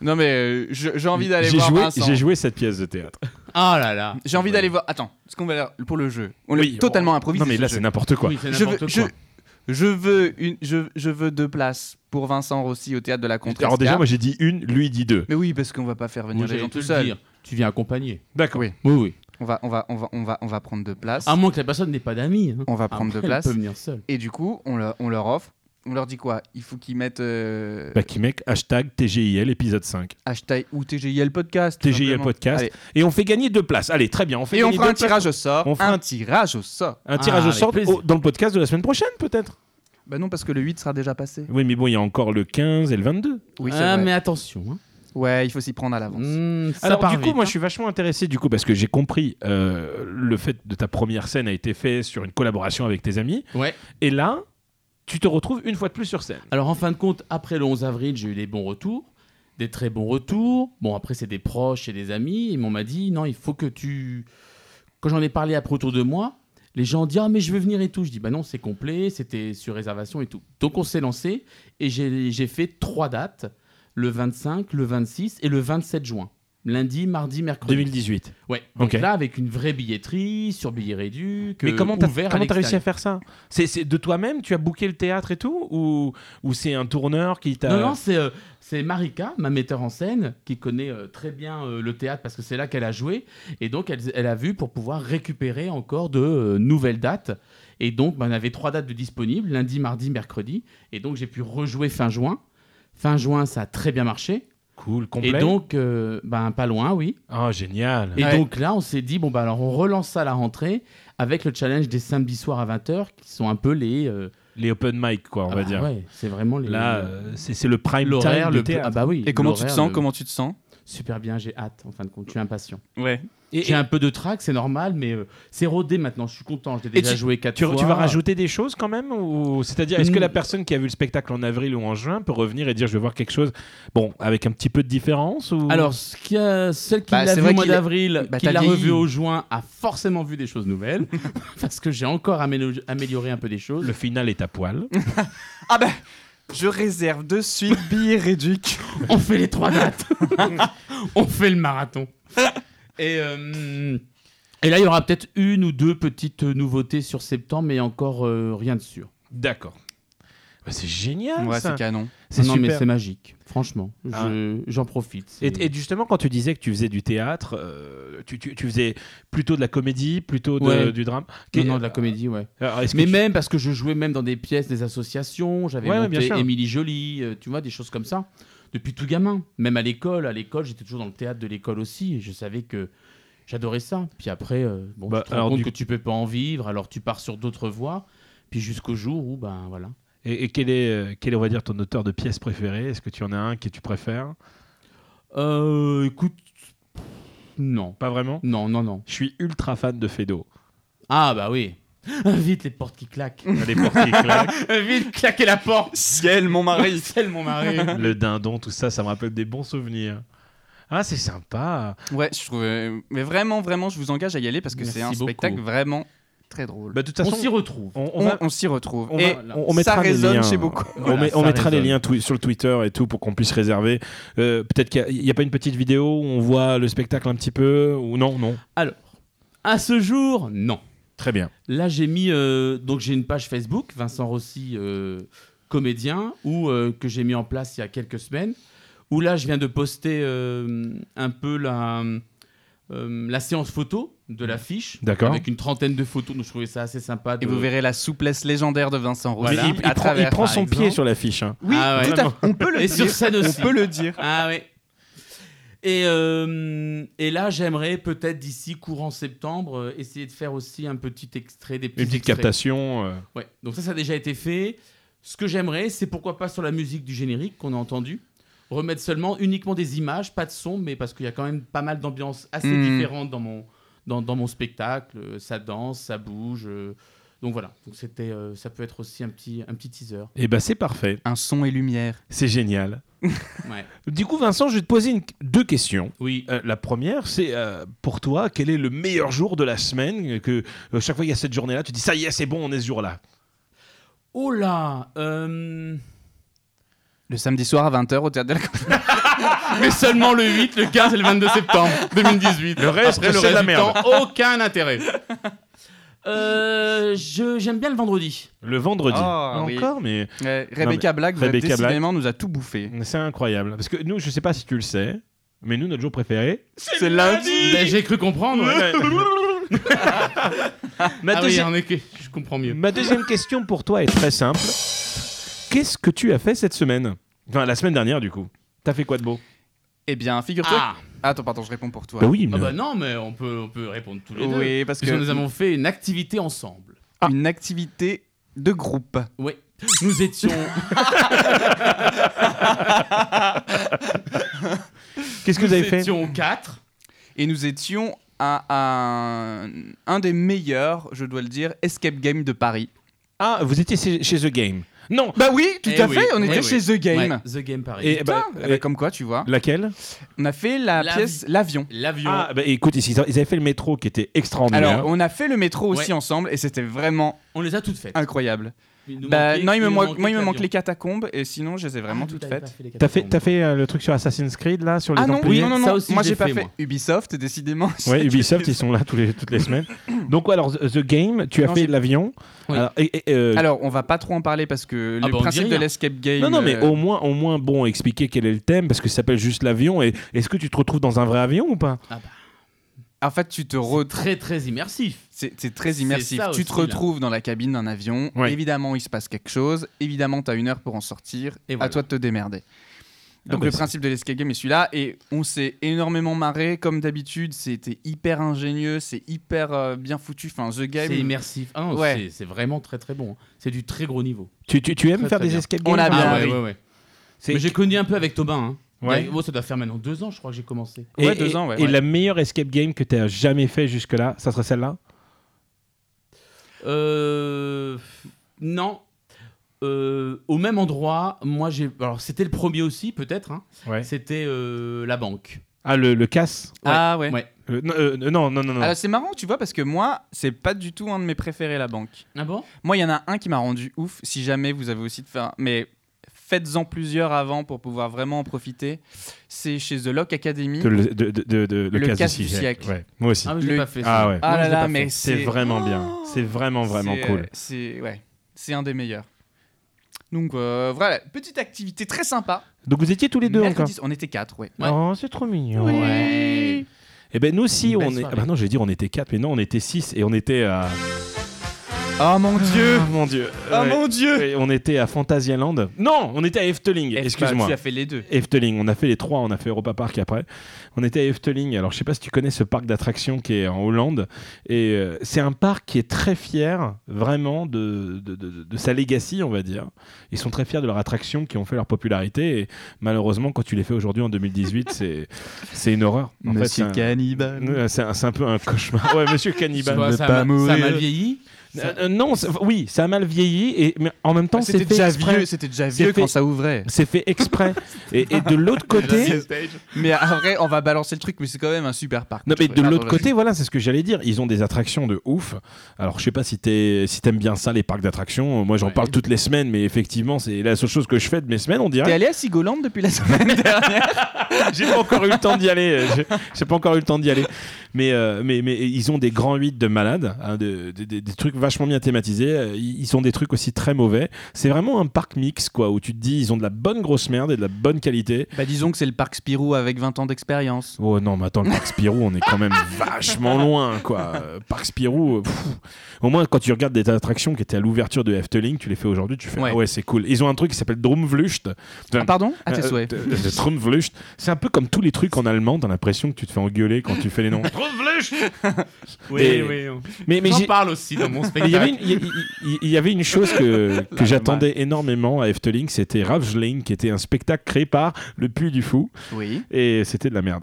[SPEAKER 2] Non, mais euh, je- j'ai envie d'aller
[SPEAKER 1] J'ai
[SPEAKER 2] voir
[SPEAKER 1] joué,
[SPEAKER 2] Vincent.
[SPEAKER 1] j'ai joué cette pièce de théâtre.
[SPEAKER 3] Ah là là.
[SPEAKER 2] J'ai envie
[SPEAKER 1] Ouais.
[SPEAKER 2] d'aller voir. Attends, ce qu'on va faire pour le jeu. On
[SPEAKER 1] Oui,
[SPEAKER 2] l'a totalement
[SPEAKER 1] oh.
[SPEAKER 2] improvisé.
[SPEAKER 1] Non mais
[SPEAKER 2] ce
[SPEAKER 1] là
[SPEAKER 2] jeu.
[SPEAKER 1] c'est n'importe quoi.
[SPEAKER 3] Oui, c'est
[SPEAKER 2] je veux,
[SPEAKER 3] n'importe
[SPEAKER 2] je,
[SPEAKER 3] quoi.
[SPEAKER 2] je veux une, je, je veux deux places pour Vincent Rossi au théâtre de la Contrescarpe.
[SPEAKER 1] Alors déjà moi j'ai dit une, lui il dit deux.
[SPEAKER 2] mais oui, parce qu'on va pas faire venir
[SPEAKER 3] Moi,
[SPEAKER 2] les
[SPEAKER 3] j'allais
[SPEAKER 2] gens
[SPEAKER 3] te
[SPEAKER 2] tout
[SPEAKER 3] le
[SPEAKER 2] seuls.
[SPEAKER 3] dire. Tu viens accompagner.
[SPEAKER 1] D'accord.
[SPEAKER 2] Oui.
[SPEAKER 3] Oui, oui.
[SPEAKER 2] On va, on va, on va, on va, on va prendre deux places.
[SPEAKER 3] À moins que la personne n'ait pas d'amis. hein.
[SPEAKER 2] on va prendre
[SPEAKER 3] Après,
[SPEAKER 2] deux places.
[SPEAKER 3] Elle peut venir seule.
[SPEAKER 2] Et du coup, on, leur- on leur offre. On leur dit quoi Il faut qu'ils mettent euh,
[SPEAKER 1] Bah qui mec hashtag TGIL épisode 5.
[SPEAKER 2] hashtag ou TGIL podcast. tout
[SPEAKER 1] TGIL
[SPEAKER 2] simplement.
[SPEAKER 1] podcast.
[SPEAKER 2] Allez.
[SPEAKER 1] Et on fait gagner deux places. Allez très bien. On fait
[SPEAKER 2] Et on
[SPEAKER 1] gagner
[SPEAKER 2] fera
[SPEAKER 1] deux
[SPEAKER 2] un
[SPEAKER 1] places.
[SPEAKER 2] tirage au sort.
[SPEAKER 1] On fera un-
[SPEAKER 2] un tirage au sort.
[SPEAKER 1] Un tirage
[SPEAKER 3] Ah,
[SPEAKER 1] au sort
[SPEAKER 3] avec plaisir.
[SPEAKER 1] au- dans le podcast de la semaine prochaine peut-être.
[SPEAKER 2] Bah non, parce que le 8 sera déjà passé.
[SPEAKER 1] Oui mais bon il y a encore le 15 et le 22.
[SPEAKER 2] Oui, c'est
[SPEAKER 3] ah,
[SPEAKER 2] vrai.
[SPEAKER 3] mais attention. hein.
[SPEAKER 2] Ouais, il faut s'y prendre à l'avance.
[SPEAKER 3] Mmh, ça
[SPEAKER 1] Alors
[SPEAKER 3] part
[SPEAKER 1] du coup,
[SPEAKER 3] vite,
[SPEAKER 1] moi,
[SPEAKER 3] hein.
[SPEAKER 1] je suis vachement intéressé du coup parce que j'ai compris euh, le fait de ta première scène a été fait sur une collaboration avec tes amis.
[SPEAKER 3] Ouais.
[SPEAKER 1] Et là, tu te retrouves une fois de plus sur scène.
[SPEAKER 3] Alors en fin de compte, après le 11 avril, j'ai eu des bons retours, des très bons retours. Bon, après, c'est des proches et des amis. Et on m'a dit, non, il faut que tu... Quand j'en ai parlé après autour de moi, les gens ont dit, ah mais je veux venir et tout. Je dis, bah non, c'est complet, c'était sur réservation et tout. Donc on s'est lancé et j'ai j'ai fait trois dates, le 25, le 26 et le 27 juin. Lundi, mardi, mercredi.
[SPEAKER 1] 2018.
[SPEAKER 3] Ouais. Donc
[SPEAKER 1] Ok.
[SPEAKER 3] là, avec une vraie billetterie, sur billet réduit. que-
[SPEAKER 1] Mais comment t'as
[SPEAKER 3] ouvert à
[SPEAKER 1] comment t'as réussi à
[SPEAKER 3] l'extérieur.
[SPEAKER 1] faire ça C'est c'est de toi-même Tu as booké le théâtre et tout Ou, ou c'est un tourneur qui t'a...
[SPEAKER 3] Non, non, c'est euh, c'est Marika, ma metteur en scène, qui connaît euh, très bien euh, le théâtre parce que c'est là qu'elle a joué. Et donc, elle, elle a vu pour pouvoir récupérer encore de euh, nouvelles dates. Et donc, ben, on avait trois dates de disponibles, lundi, mardi, mercredi. Et donc, j'ai pu rejouer fin juin. Fin juin, ça a très bien marché.
[SPEAKER 1] Cool, complet.
[SPEAKER 3] Et donc, euh, ben, pas loin, oui.
[SPEAKER 1] Oh, génial.
[SPEAKER 3] Et
[SPEAKER 2] Ouais.
[SPEAKER 3] donc là, on s'est dit, bon, bah, alors on relance ça à la rentrée avec le challenge des samedis soirs à 20h, qui sont un peu les. euh,
[SPEAKER 1] Les open mic, quoi, on
[SPEAKER 3] ah
[SPEAKER 1] va
[SPEAKER 3] bah
[SPEAKER 1] dire.
[SPEAKER 3] ouais, c'est vraiment les.
[SPEAKER 1] Là, euh, c'est c'est le prime
[SPEAKER 3] L'horaire,
[SPEAKER 1] time du
[SPEAKER 3] le.
[SPEAKER 1] théâtre.
[SPEAKER 3] Ah bah oui.
[SPEAKER 2] Et comment tu te
[SPEAKER 3] l'horaire,
[SPEAKER 2] sens
[SPEAKER 3] le-
[SPEAKER 2] Comment tu te sens
[SPEAKER 3] Super bien, j'ai hâte en fin de compte, je suis impatient.
[SPEAKER 2] Ouais.
[SPEAKER 1] et,
[SPEAKER 3] J'ai
[SPEAKER 1] et
[SPEAKER 3] un peu de trac, c'est normal, mais euh, c'est rodé maintenant, je suis content, je l'ai
[SPEAKER 2] Et
[SPEAKER 3] déjà
[SPEAKER 2] tu-
[SPEAKER 3] joué 4
[SPEAKER 1] tu,
[SPEAKER 3] fois.
[SPEAKER 1] tu vas rajouter des choses quand même ou C'est-à-dire, est-ce que
[SPEAKER 3] Mm.
[SPEAKER 1] la personne qui a vu le spectacle en avril ou en juin peut revenir et dire je vais voir quelque chose, bon, avec un petit peu de différence ou...
[SPEAKER 3] Alors, ce qui a- celle qui
[SPEAKER 2] Bah,
[SPEAKER 3] l'a
[SPEAKER 2] c'est
[SPEAKER 3] vu
[SPEAKER 2] vrai
[SPEAKER 3] au mois
[SPEAKER 2] qu'il-
[SPEAKER 3] d'avril,
[SPEAKER 2] bah,
[SPEAKER 3] qui
[SPEAKER 2] t'as
[SPEAKER 3] l'a
[SPEAKER 2] vieilli.
[SPEAKER 3] revu au juin, a forcément vu des choses nouvelles, *laughs* parce que j'ai encore amélo- amélioré un peu des choses.
[SPEAKER 1] le final est à *laughs* poil.
[SPEAKER 2] Ah bah je réserve de suite billet réduc.
[SPEAKER 3] On fait les trois dates. *laughs* On fait le marathon. Et, euh, et là, il y aura peut-être une ou deux petites nouveautés sur septembre, mais encore euh, rien de sûr.
[SPEAKER 1] D'accord. Bah, c'est génial
[SPEAKER 2] *laughs* Ouais,
[SPEAKER 1] ça.
[SPEAKER 2] c'est canon.
[SPEAKER 1] C'est
[SPEAKER 3] non, mais
[SPEAKER 1] super.
[SPEAKER 3] c'est magique, franchement. Je-
[SPEAKER 1] Ah.
[SPEAKER 3] J'en profite.
[SPEAKER 1] Et,
[SPEAKER 3] c'est-
[SPEAKER 1] et justement, quand tu disais que tu faisais du théâtre, euh, tu, tu- tu faisais plutôt de la comédie, plutôt de-
[SPEAKER 3] Ouais.
[SPEAKER 1] du drame.
[SPEAKER 3] Non, non, de la comédie, ouais.
[SPEAKER 1] Alors, est-ce que
[SPEAKER 3] Mais
[SPEAKER 1] tu-
[SPEAKER 3] même parce que je jouais même dans des pièces des associations, j'avais
[SPEAKER 1] Ouais, ouais, bien
[SPEAKER 3] monté
[SPEAKER 1] sûr.
[SPEAKER 3] Émilie Jolie, euh, tu vois, des choses comme ça, depuis tout gamin. Même à l'école, à l'école, j'étais toujours dans le théâtre de l'école aussi, et je savais que j'adorais ça. Puis après, euh, bon,
[SPEAKER 1] Bah,
[SPEAKER 3] tu te rends
[SPEAKER 1] alors,
[SPEAKER 3] compte
[SPEAKER 1] du-
[SPEAKER 3] que tu peux pas en vivre, alors tu pars sur d'autres voies, puis jusqu'au jour où, ben voilà.
[SPEAKER 1] Et, et quel est, euh, quel est, on va dire, ton auteur de pièces préféré Est-ce que tu en as un que tu préfères
[SPEAKER 3] Euh, écoute, non.
[SPEAKER 1] Pas vraiment
[SPEAKER 3] Non, non, non.
[SPEAKER 1] Je suis ultra fan de Fedo.
[SPEAKER 3] Ah bah oui. *laughs* Vite les portes qui claquent.
[SPEAKER 1] *laughs* Les portes qui claquent,
[SPEAKER 3] Vite claquer la porte.
[SPEAKER 2] Ciel, mon mari.
[SPEAKER 3] Celle mon mari.
[SPEAKER 1] *laughs* le dindon, tout ça, ça me rappelle des bons souvenirs. Ah, c'est sympa.
[SPEAKER 2] Ouais, je trouve. euh, Mais vraiment, vraiment, je vous engage à y aller parce que
[SPEAKER 3] Merci
[SPEAKER 2] c'est un
[SPEAKER 3] beaucoup.
[SPEAKER 2] spectacle vraiment Très drôle.
[SPEAKER 1] Bah, de toute
[SPEAKER 3] On
[SPEAKER 1] façon,
[SPEAKER 3] s'y retrouve.
[SPEAKER 1] on, on
[SPEAKER 2] on
[SPEAKER 1] va-
[SPEAKER 2] on s'y retrouve.
[SPEAKER 1] on
[SPEAKER 2] et
[SPEAKER 1] va-
[SPEAKER 2] ça
[SPEAKER 1] on- on mettra des
[SPEAKER 2] résonne
[SPEAKER 1] liens. hein.
[SPEAKER 2] chez beaucoup.
[SPEAKER 1] on,
[SPEAKER 3] Voilà,
[SPEAKER 1] met- on
[SPEAKER 3] ça
[SPEAKER 1] mettra les
[SPEAKER 3] résonne.
[SPEAKER 1] liens twi- sur le Twitter et tout pour qu'on puisse réserver. Euh, Peut-être qu'il n'y a, pas une petite vidéo où on voit le spectacle un petit peu ou non, non.
[SPEAKER 3] Alors, à ce jour, non.
[SPEAKER 1] Très bien.
[SPEAKER 3] Là, j'ai mis. euh, donc, j'ai une page Facebook, Vincent Rossi, euh, comédien, où, euh, que j'ai mis en place il y a quelques semaines. Où là, je viens de poster euh, un peu la, euh, la séance photo de l'affiche.
[SPEAKER 1] D'accord.
[SPEAKER 3] Avec une trentaine de photos. Donc, je trouvais ça assez sympa.
[SPEAKER 2] Et
[SPEAKER 3] de-
[SPEAKER 2] vous verrez la souplesse légendaire de Vincent Rossi
[SPEAKER 3] Voilà.
[SPEAKER 1] Il, il
[SPEAKER 2] à
[SPEAKER 1] prend, il
[SPEAKER 2] travers.
[SPEAKER 1] prend
[SPEAKER 3] par
[SPEAKER 1] son
[SPEAKER 3] exemple.
[SPEAKER 1] pied sur l'affiche. hein.
[SPEAKER 2] Oui,
[SPEAKER 3] Ah ouais.
[SPEAKER 2] tout à fait. On peut le
[SPEAKER 3] *laughs* Et
[SPEAKER 2] dire.
[SPEAKER 3] sur scène
[SPEAKER 2] on
[SPEAKER 3] aussi.
[SPEAKER 2] peut le dire.
[SPEAKER 3] Ah ouais. Et, euh, et là, j'aimerais peut-être d'ici courant septembre euh, essayer de faire aussi un petit extrait des petits
[SPEAKER 1] Une petite
[SPEAKER 3] extraits.
[SPEAKER 1] captation. euh.
[SPEAKER 3] Ouais. Donc ça, ça a déjà été fait. Ce que j'aimerais, c'est pourquoi pas sur la musique du générique qu'on a entendu, remettre seulement uniquement des images, pas de son, mais parce qu'il y a quand même pas mal d'ambiances assez
[SPEAKER 1] Mmh.
[SPEAKER 2] Mm.
[SPEAKER 3] différentes dans mon dans, dans mon spectacle. Euh, Ça danse, ça bouge. euh, donc voilà. Donc c'était, euh, ça peut être aussi un petit un petit teaser.
[SPEAKER 1] Eh ben c'est parfait.
[SPEAKER 2] Un son et lumière.
[SPEAKER 1] C'est génial. *laughs*
[SPEAKER 3] Ouais.
[SPEAKER 1] Du coup, Vincent, je vais te poser une- deux questions.
[SPEAKER 3] Oui.
[SPEAKER 1] Euh, la première, c'est euh, pour toi, quel est le meilleur jour de la semaine que euh, chaque fois qu'il y a cette journée-là, tu dis ça y est, c'est bon, on est ce jour-là.
[SPEAKER 3] Oh là. euh, *laughs*
[SPEAKER 2] Le samedi soir à 20h au théâtre de la
[SPEAKER 3] mais seulement le 8, le 15 et le 22 septembre 2018.
[SPEAKER 1] Le reste,
[SPEAKER 3] Après, le
[SPEAKER 1] c'est
[SPEAKER 3] reste
[SPEAKER 1] de la
[SPEAKER 3] du
[SPEAKER 1] merde.
[SPEAKER 3] temps, aucun intérêt. Euh, je- j'aime bien le vendredi.
[SPEAKER 1] Le vendredi.
[SPEAKER 2] Ah, oui.
[SPEAKER 1] Encore, mais
[SPEAKER 2] Ouais, Rebecca Black, vous êtes
[SPEAKER 1] Rebecca Black.
[SPEAKER 2] décidément, nous a tout bouffé.
[SPEAKER 1] Mm, C'est incroyable. Parce que nous, je sais pas si tu le sais, mais nous, notre jour préféré.
[SPEAKER 2] C'est lundi
[SPEAKER 3] Ben, J'ai cru comprendre. ouais.
[SPEAKER 1] ma,
[SPEAKER 3] Ah oui,
[SPEAKER 1] deuxième...
[SPEAKER 3] en effet, je comprends mieux.
[SPEAKER 1] ma deuxième question pour toi est très simple. Qu'est-ce que tu as fait cette semaine Enfin, la semaine dernière, du coup. T'as fait quoi de beau
[SPEAKER 2] Eh bien, figure-toi.
[SPEAKER 3] Ah,
[SPEAKER 2] Attends, pardon, je réponds pour toi.
[SPEAKER 1] Bah oui,
[SPEAKER 3] Ah
[SPEAKER 1] mais-
[SPEAKER 3] bah non, mais on peut, on peut répondre tous les deux.
[SPEAKER 2] Oui, parce
[SPEAKER 3] Puisque
[SPEAKER 2] que
[SPEAKER 3] nous avons fait une activité ensemble.
[SPEAKER 2] une activité de groupe.
[SPEAKER 3] Oui.
[SPEAKER 2] *laughs*
[SPEAKER 3] Nous étions.
[SPEAKER 1] Qu'est-ce que vous avez
[SPEAKER 3] nous
[SPEAKER 1] fait
[SPEAKER 3] étions quatre.
[SPEAKER 2] Et nous étions à un, un des meilleurs, je dois le dire, escape game de Paris.
[SPEAKER 1] Ah, vous étiez chez, chez The Game. Non
[SPEAKER 2] Bah oui, tout
[SPEAKER 3] Eh
[SPEAKER 2] à
[SPEAKER 3] oui,
[SPEAKER 2] fait, on
[SPEAKER 3] eh
[SPEAKER 2] était
[SPEAKER 3] oui.
[SPEAKER 2] chez The Game.
[SPEAKER 3] Ouais, The Game Paris.
[SPEAKER 1] Et bah,
[SPEAKER 2] Putain,
[SPEAKER 1] et-
[SPEAKER 2] bah, comme quoi, tu vois.
[SPEAKER 1] Laquelle
[SPEAKER 2] On a fait la,
[SPEAKER 3] La
[SPEAKER 2] pièce L'avion.
[SPEAKER 3] L'avion.
[SPEAKER 1] Ah, bah écoute, ils, ils avaient fait le métro qui était extraordinaire.
[SPEAKER 2] Alors, on a fait le métro aussi
[SPEAKER 3] Ouais.
[SPEAKER 2] ensemble et c'était vraiment
[SPEAKER 3] on les a toutes faites.
[SPEAKER 2] incroyable.
[SPEAKER 3] Il nous
[SPEAKER 2] Ah. Bah,
[SPEAKER 3] manquait-
[SPEAKER 2] non, il me,
[SPEAKER 3] nous
[SPEAKER 2] manque, moi, il me
[SPEAKER 3] l'avion.
[SPEAKER 2] manque les catacombes et sinon, je les ai vraiment
[SPEAKER 3] Ah,
[SPEAKER 2] toutes
[SPEAKER 3] t'avais
[SPEAKER 2] faites.
[SPEAKER 3] pas les
[SPEAKER 1] T'as fait,
[SPEAKER 3] catacombes.
[SPEAKER 1] t'as fait euh, le truc sur Assassin's Creed, là Sur les
[SPEAKER 2] Ah non,
[SPEAKER 1] employés
[SPEAKER 2] non, non,
[SPEAKER 3] Ça
[SPEAKER 2] non,
[SPEAKER 3] aussi,
[SPEAKER 2] moi
[SPEAKER 3] je
[SPEAKER 2] j'ai
[SPEAKER 3] l'ai
[SPEAKER 2] pas
[SPEAKER 3] fait,
[SPEAKER 2] fait.
[SPEAKER 3] moi.
[SPEAKER 2] Ubisoft, décidément.
[SPEAKER 1] Ouais, Ubisoft, ils sont là tous les, toutes les
[SPEAKER 2] *coughs*
[SPEAKER 1] semaines. Donc, alors, The The Game, tu as
[SPEAKER 2] Non,
[SPEAKER 1] fait
[SPEAKER 2] j'ai-
[SPEAKER 1] l'avion.
[SPEAKER 3] Oui.
[SPEAKER 1] Alors, et- et, euh,
[SPEAKER 2] *laughs* Alors, on va pas trop en parler parce que
[SPEAKER 3] Ah
[SPEAKER 2] le
[SPEAKER 3] bah, on dit
[SPEAKER 2] principe de
[SPEAKER 3] rien.
[SPEAKER 2] l'escape game.
[SPEAKER 1] Non, non, mais
[SPEAKER 2] euh,
[SPEAKER 1] au moins, au moins, bon, expliquer quel est le thème, parce que ça s'appelle juste l'avion. Et est-ce que tu te retrouves dans un vrai avion ou pas
[SPEAKER 2] en fait, tu te re-
[SPEAKER 3] Ah bah, Très très immersif.
[SPEAKER 2] C'est c'est très
[SPEAKER 3] C'est
[SPEAKER 2] immersif.
[SPEAKER 3] ça
[SPEAKER 2] Tu te
[SPEAKER 3] aussi, là.
[SPEAKER 2] retrouves dans la cabine d'un avion.
[SPEAKER 1] Ouais.
[SPEAKER 2] Évidemment, il se passe quelque chose. Évidemment, tu as une heure pour en sortir.
[SPEAKER 3] Et
[SPEAKER 2] Et
[SPEAKER 3] voilà. Ah,
[SPEAKER 2] à toi de te démerder. Donc,
[SPEAKER 1] bah,
[SPEAKER 2] le
[SPEAKER 1] c'est-
[SPEAKER 2] principe de l'escape game est celui-là. Et on s'est énormément marré. Comme d'habitude, c'était hyper ingénieux. C'est hyper euh, bien foutu. Enfin, The Game.
[SPEAKER 3] C'est immersif. Ah non,
[SPEAKER 2] Ouais.
[SPEAKER 3] c'est- c'est vraiment très très bon. hein. C'est du très gros niveau.
[SPEAKER 1] tu, tu, tu aimes
[SPEAKER 3] Très,
[SPEAKER 1] faire
[SPEAKER 3] très
[SPEAKER 1] des
[SPEAKER 3] bien.
[SPEAKER 1] escape
[SPEAKER 2] On
[SPEAKER 1] games
[SPEAKER 2] a
[SPEAKER 1] par
[SPEAKER 2] bien-
[SPEAKER 1] exemple
[SPEAKER 2] Ah oui.
[SPEAKER 3] ouais, ouais.
[SPEAKER 1] C'est-
[SPEAKER 3] Mais j'ai connu un peu avec Tobin. hein.
[SPEAKER 1] Ouais.
[SPEAKER 3] Mais, oh, ça doit faire maintenant deux ans, je crois que j'ai commencé.
[SPEAKER 1] Et,
[SPEAKER 2] Ouais, deux ans, ouais,
[SPEAKER 1] et
[SPEAKER 2] ouais.
[SPEAKER 1] la meilleure escape game que tu as jamais fait jusque-là, ça serait celle-là
[SPEAKER 3] Euh, Non. Euh, au même endroit, moi j'ai. Alors c'était le premier aussi, peut-être. hein.
[SPEAKER 1] Ouais.
[SPEAKER 3] C'était euh, la banque.
[SPEAKER 1] Ah, le, le casse
[SPEAKER 2] Ah ouais.
[SPEAKER 3] Ouais.
[SPEAKER 1] Euh, non, euh, non, non, non. non.
[SPEAKER 2] Alors, c'est marrant, tu vois, parce que moi, c'est pas du tout un de mes préférés, la banque.
[SPEAKER 3] Ah bon
[SPEAKER 2] Moi, il y en a un qui m'a rendu ouf. Si jamais vous avez aussi de faire, mais faites-en plusieurs avant pour pouvoir vraiment en profiter. C'est chez The Lock Academy.
[SPEAKER 1] Que le, de, de- de- de- le
[SPEAKER 2] Le
[SPEAKER 1] casse,
[SPEAKER 2] casse
[SPEAKER 1] du
[SPEAKER 2] du
[SPEAKER 1] siècle.
[SPEAKER 2] siècle.
[SPEAKER 1] Ouais, Moi aussi.
[SPEAKER 3] Ah, mais je l'ai
[SPEAKER 2] Le-
[SPEAKER 3] pas fait. ça.
[SPEAKER 1] Ah ouais.
[SPEAKER 2] Ah
[SPEAKER 3] Non, je
[SPEAKER 2] là
[SPEAKER 3] l'ai pas
[SPEAKER 2] là,
[SPEAKER 3] fait.
[SPEAKER 2] mais
[SPEAKER 1] C'est
[SPEAKER 2] c'est
[SPEAKER 1] vraiment bien. C'est vraiment, vraiment
[SPEAKER 2] c'est, euh,
[SPEAKER 1] cool.
[SPEAKER 2] C'est ouais, c'est un des meilleurs. Donc euh, voilà, petite activité très sympa.
[SPEAKER 1] Donc vous étiez tous les deux encore
[SPEAKER 2] Mercredi- on était quatre, ouais.
[SPEAKER 3] Ouais.
[SPEAKER 1] Oh, c'est trop mignon.
[SPEAKER 3] Ouais.
[SPEAKER 1] Eh ben nous aussi,
[SPEAKER 3] Une
[SPEAKER 1] on
[SPEAKER 3] belle
[SPEAKER 1] est.
[SPEAKER 3] soirée.
[SPEAKER 1] Ah bah non, j'allais dire on était quatre, mais non, on était six et on était à.
[SPEAKER 2] Oh mon dieu,
[SPEAKER 1] Ah, mon dieu.
[SPEAKER 2] oh
[SPEAKER 1] Ouais.
[SPEAKER 2] mon dieu.
[SPEAKER 1] Oui, on était à Fantasialand. Non, on était à Efteling,
[SPEAKER 2] Eh, bah,
[SPEAKER 1] excuse-moi.
[SPEAKER 2] Tu as fait les deux.
[SPEAKER 1] Efteling, on a fait les trois, on a fait Europa Park après. On était à Efteling, alors je sais pas si tu connais ce parc d'attractions qui est en Hollande. Et euh, c'est un parc qui est très fier, vraiment, de, de, de- de sa legacy, on va dire. Ils sont très fiers de leurs attractions qui ont fait leur popularité. Et malheureusement, quand tu les fais aujourd'hui en 2018, c'est c'est une horreur. En fait, c'est un-
[SPEAKER 2] cannibale.
[SPEAKER 1] euh, c'est un, c'est un peu un cauchemar. Ouais, monsieur
[SPEAKER 3] Tu
[SPEAKER 1] cannibale.
[SPEAKER 3] vois,
[SPEAKER 1] Ne
[SPEAKER 3] ça
[SPEAKER 1] pas
[SPEAKER 3] m'a ça m'a
[SPEAKER 1] mourir.
[SPEAKER 3] vieilli.
[SPEAKER 1] Euh, euh, non, c'est- oui, ça a mal vieilli, et, mais en même temps,
[SPEAKER 2] Bah, Ah, C'était
[SPEAKER 1] c'est fait
[SPEAKER 2] déjà
[SPEAKER 1] exprès.
[SPEAKER 2] vieux, c'était déjà
[SPEAKER 1] C'est
[SPEAKER 2] vieux
[SPEAKER 1] fait-
[SPEAKER 2] quand ça ouvrait.
[SPEAKER 1] C'est fait exprès. et, et de l'autre côté,
[SPEAKER 2] *laughs* Mais après, on va balancer le truc, mais c'est quand même un super parc.
[SPEAKER 1] Non mais
[SPEAKER 2] Je
[SPEAKER 1] de
[SPEAKER 2] préfère
[SPEAKER 1] l'autre
[SPEAKER 2] dans la-
[SPEAKER 1] côté, voilà, c'est ce que j'allais dire. Ils ont des attractions de ouf. Alors je sais pas si t'es, si t'aimes bien ça, les parcs d'attractions. Moi j'en
[SPEAKER 3] Ouais.
[SPEAKER 1] parle toutes les semaines, mais effectivement c'est la seule chose que je fais de mes semaines, on
[SPEAKER 2] T'es
[SPEAKER 1] dirait.
[SPEAKER 2] allé à Sigoland depuis *laughs* la semaine dernière
[SPEAKER 1] *laughs* J'ai pas encore eu le temps d'y aller. euh, J'ai, j'ai pas encore eu le temps d'y aller. Mais, euh, mais, mais ils ont des grands 8 de malades, hein, de- de- de- des trucs vachement bien thématisés. Euh, Ils ils ont des trucs aussi très mauvais. C'est vraiment un parc mix quoi, où tu te dis ils ont de la bonne grosse merde et de la bonne qualité.
[SPEAKER 2] Bah disons que c'est le parc Spirou avec 20 ans d'expérience.
[SPEAKER 1] Oh non, mais attends, le parc Spirou, on est quand
[SPEAKER 2] *laughs*
[SPEAKER 1] même vachement loin, quoi. Euh, Parc Spirou, euh, pff. au moins quand tu regardes des attractions qui étaient à l'ouverture de Efteling, tu les fais aujourd'hui, tu fais
[SPEAKER 2] Ouais.
[SPEAKER 1] ah ouais, c'est cool. Ils ont un truc qui s'appelle Drumvlucht.
[SPEAKER 2] Ah, pardon À tes
[SPEAKER 1] Euh,
[SPEAKER 2] souhaits.
[SPEAKER 1] euh, euh, Drumvlucht. C'est un peu comme tous les trucs en allemand, t'as l'impression que tu te fais engueuler quand tu fais
[SPEAKER 2] *laughs*
[SPEAKER 1] les noms.
[SPEAKER 3] Oui,
[SPEAKER 1] Et-
[SPEAKER 3] oui. on-
[SPEAKER 1] Mais, mais
[SPEAKER 3] J'en
[SPEAKER 1] j'ai-
[SPEAKER 3] parle aussi dans mon
[SPEAKER 1] mais
[SPEAKER 3] spectacle.
[SPEAKER 1] il y, avait une, il y- il- il y avait une chose
[SPEAKER 2] *laughs*
[SPEAKER 1] que,
[SPEAKER 2] Ah,
[SPEAKER 1] que
[SPEAKER 3] La
[SPEAKER 1] j'attendais énormément à Efteling, c'était Ravgeling, qui était un spectacle créé par le Puy du Fou,
[SPEAKER 2] Oui.
[SPEAKER 1] et c'était de la merde.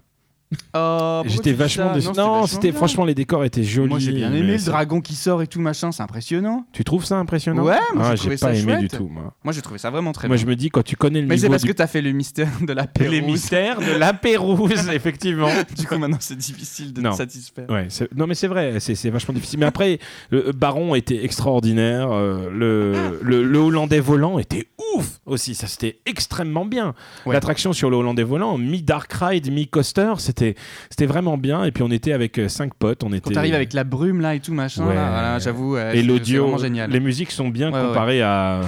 [SPEAKER 2] Oh, pourquoi tu
[SPEAKER 1] J'étais
[SPEAKER 2] dis
[SPEAKER 1] vachement
[SPEAKER 2] ça
[SPEAKER 1] déçu. Non, c'était
[SPEAKER 2] bien.
[SPEAKER 1] franchement les décors étaient jolis.
[SPEAKER 2] Moi j'ai bien
[SPEAKER 1] mais
[SPEAKER 2] aimé le
[SPEAKER 1] c'est-
[SPEAKER 2] dragon qui sort et tout machin, c'est impressionnant.
[SPEAKER 1] Tu trouves ça impressionnant
[SPEAKER 2] Ouais,
[SPEAKER 1] Ah,
[SPEAKER 2] moi,
[SPEAKER 1] j'ai
[SPEAKER 2] j'ai trouvé
[SPEAKER 1] pas
[SPEAKER 2] ça
[SPEAKER 1] aimé
[SPEAKER 2] chouette.
[SPEAKER 1] du tout. Moi,
[SPEAKER 2] Moi j'ai trouvé ça vraiment très
[SPEAKER 1] moi
[SPEAKER 2] bien.
[SPEAKER 1] je me dis quand tu connais le
[SPEAKER 2] Mais c'est
[SPEAKER 1] niveau
[SPEAKER 2] parce
[SPEAKER 1] du
[SPEAKER 2] que t'as fait le mystère de la
[SPEAKER 1] les
[SPEAKER 2] *laughs* Pérouse.
[SPEAKER 1] mystères de la
[SPEAKER 2] *laughs*
[SPEAKER 1] Pérouse, effectivement.
[SPEAKER 2] Du coup maintenant c'est difficile de
[SPEAKER 1] Non.
[SPEAKER 2] te satisfaire.
[SPEAKER 1] Ouais, c'est- non mais c'est vrai, c'est c'est vachement difficile. Mais après, le Baron était extraordinaire, euh, le, le, le Hollandais volant était ouf aussi, ça c'était extrêmement bien.
[SPEAKER 2] Ouais.
[SPEAKER 1] L'attraction sur le Hollandais volant, mi-dark ride, mi-coaster, c'était c'était vraiment bien. Et puis on était avec euh, cinq potes, on était...
[SPEAKER 2] Quand t'arrives avec la brume là et tout machin,
[SPEAKER 1] Ouais.
[SPEAKER 2] là, voilà, j'avoue, euh,
[SPEAKER 1] Et
[SPEAKER 2] c'est- c'est
[SPEAKER 1] l'audio,
[SPEAKER 2] vraiment génial.
[SPEAKER 1] les musiques sont bien
[SPEAKER 2] Ouais, ouais.
[SPEAKER 1] comparées à.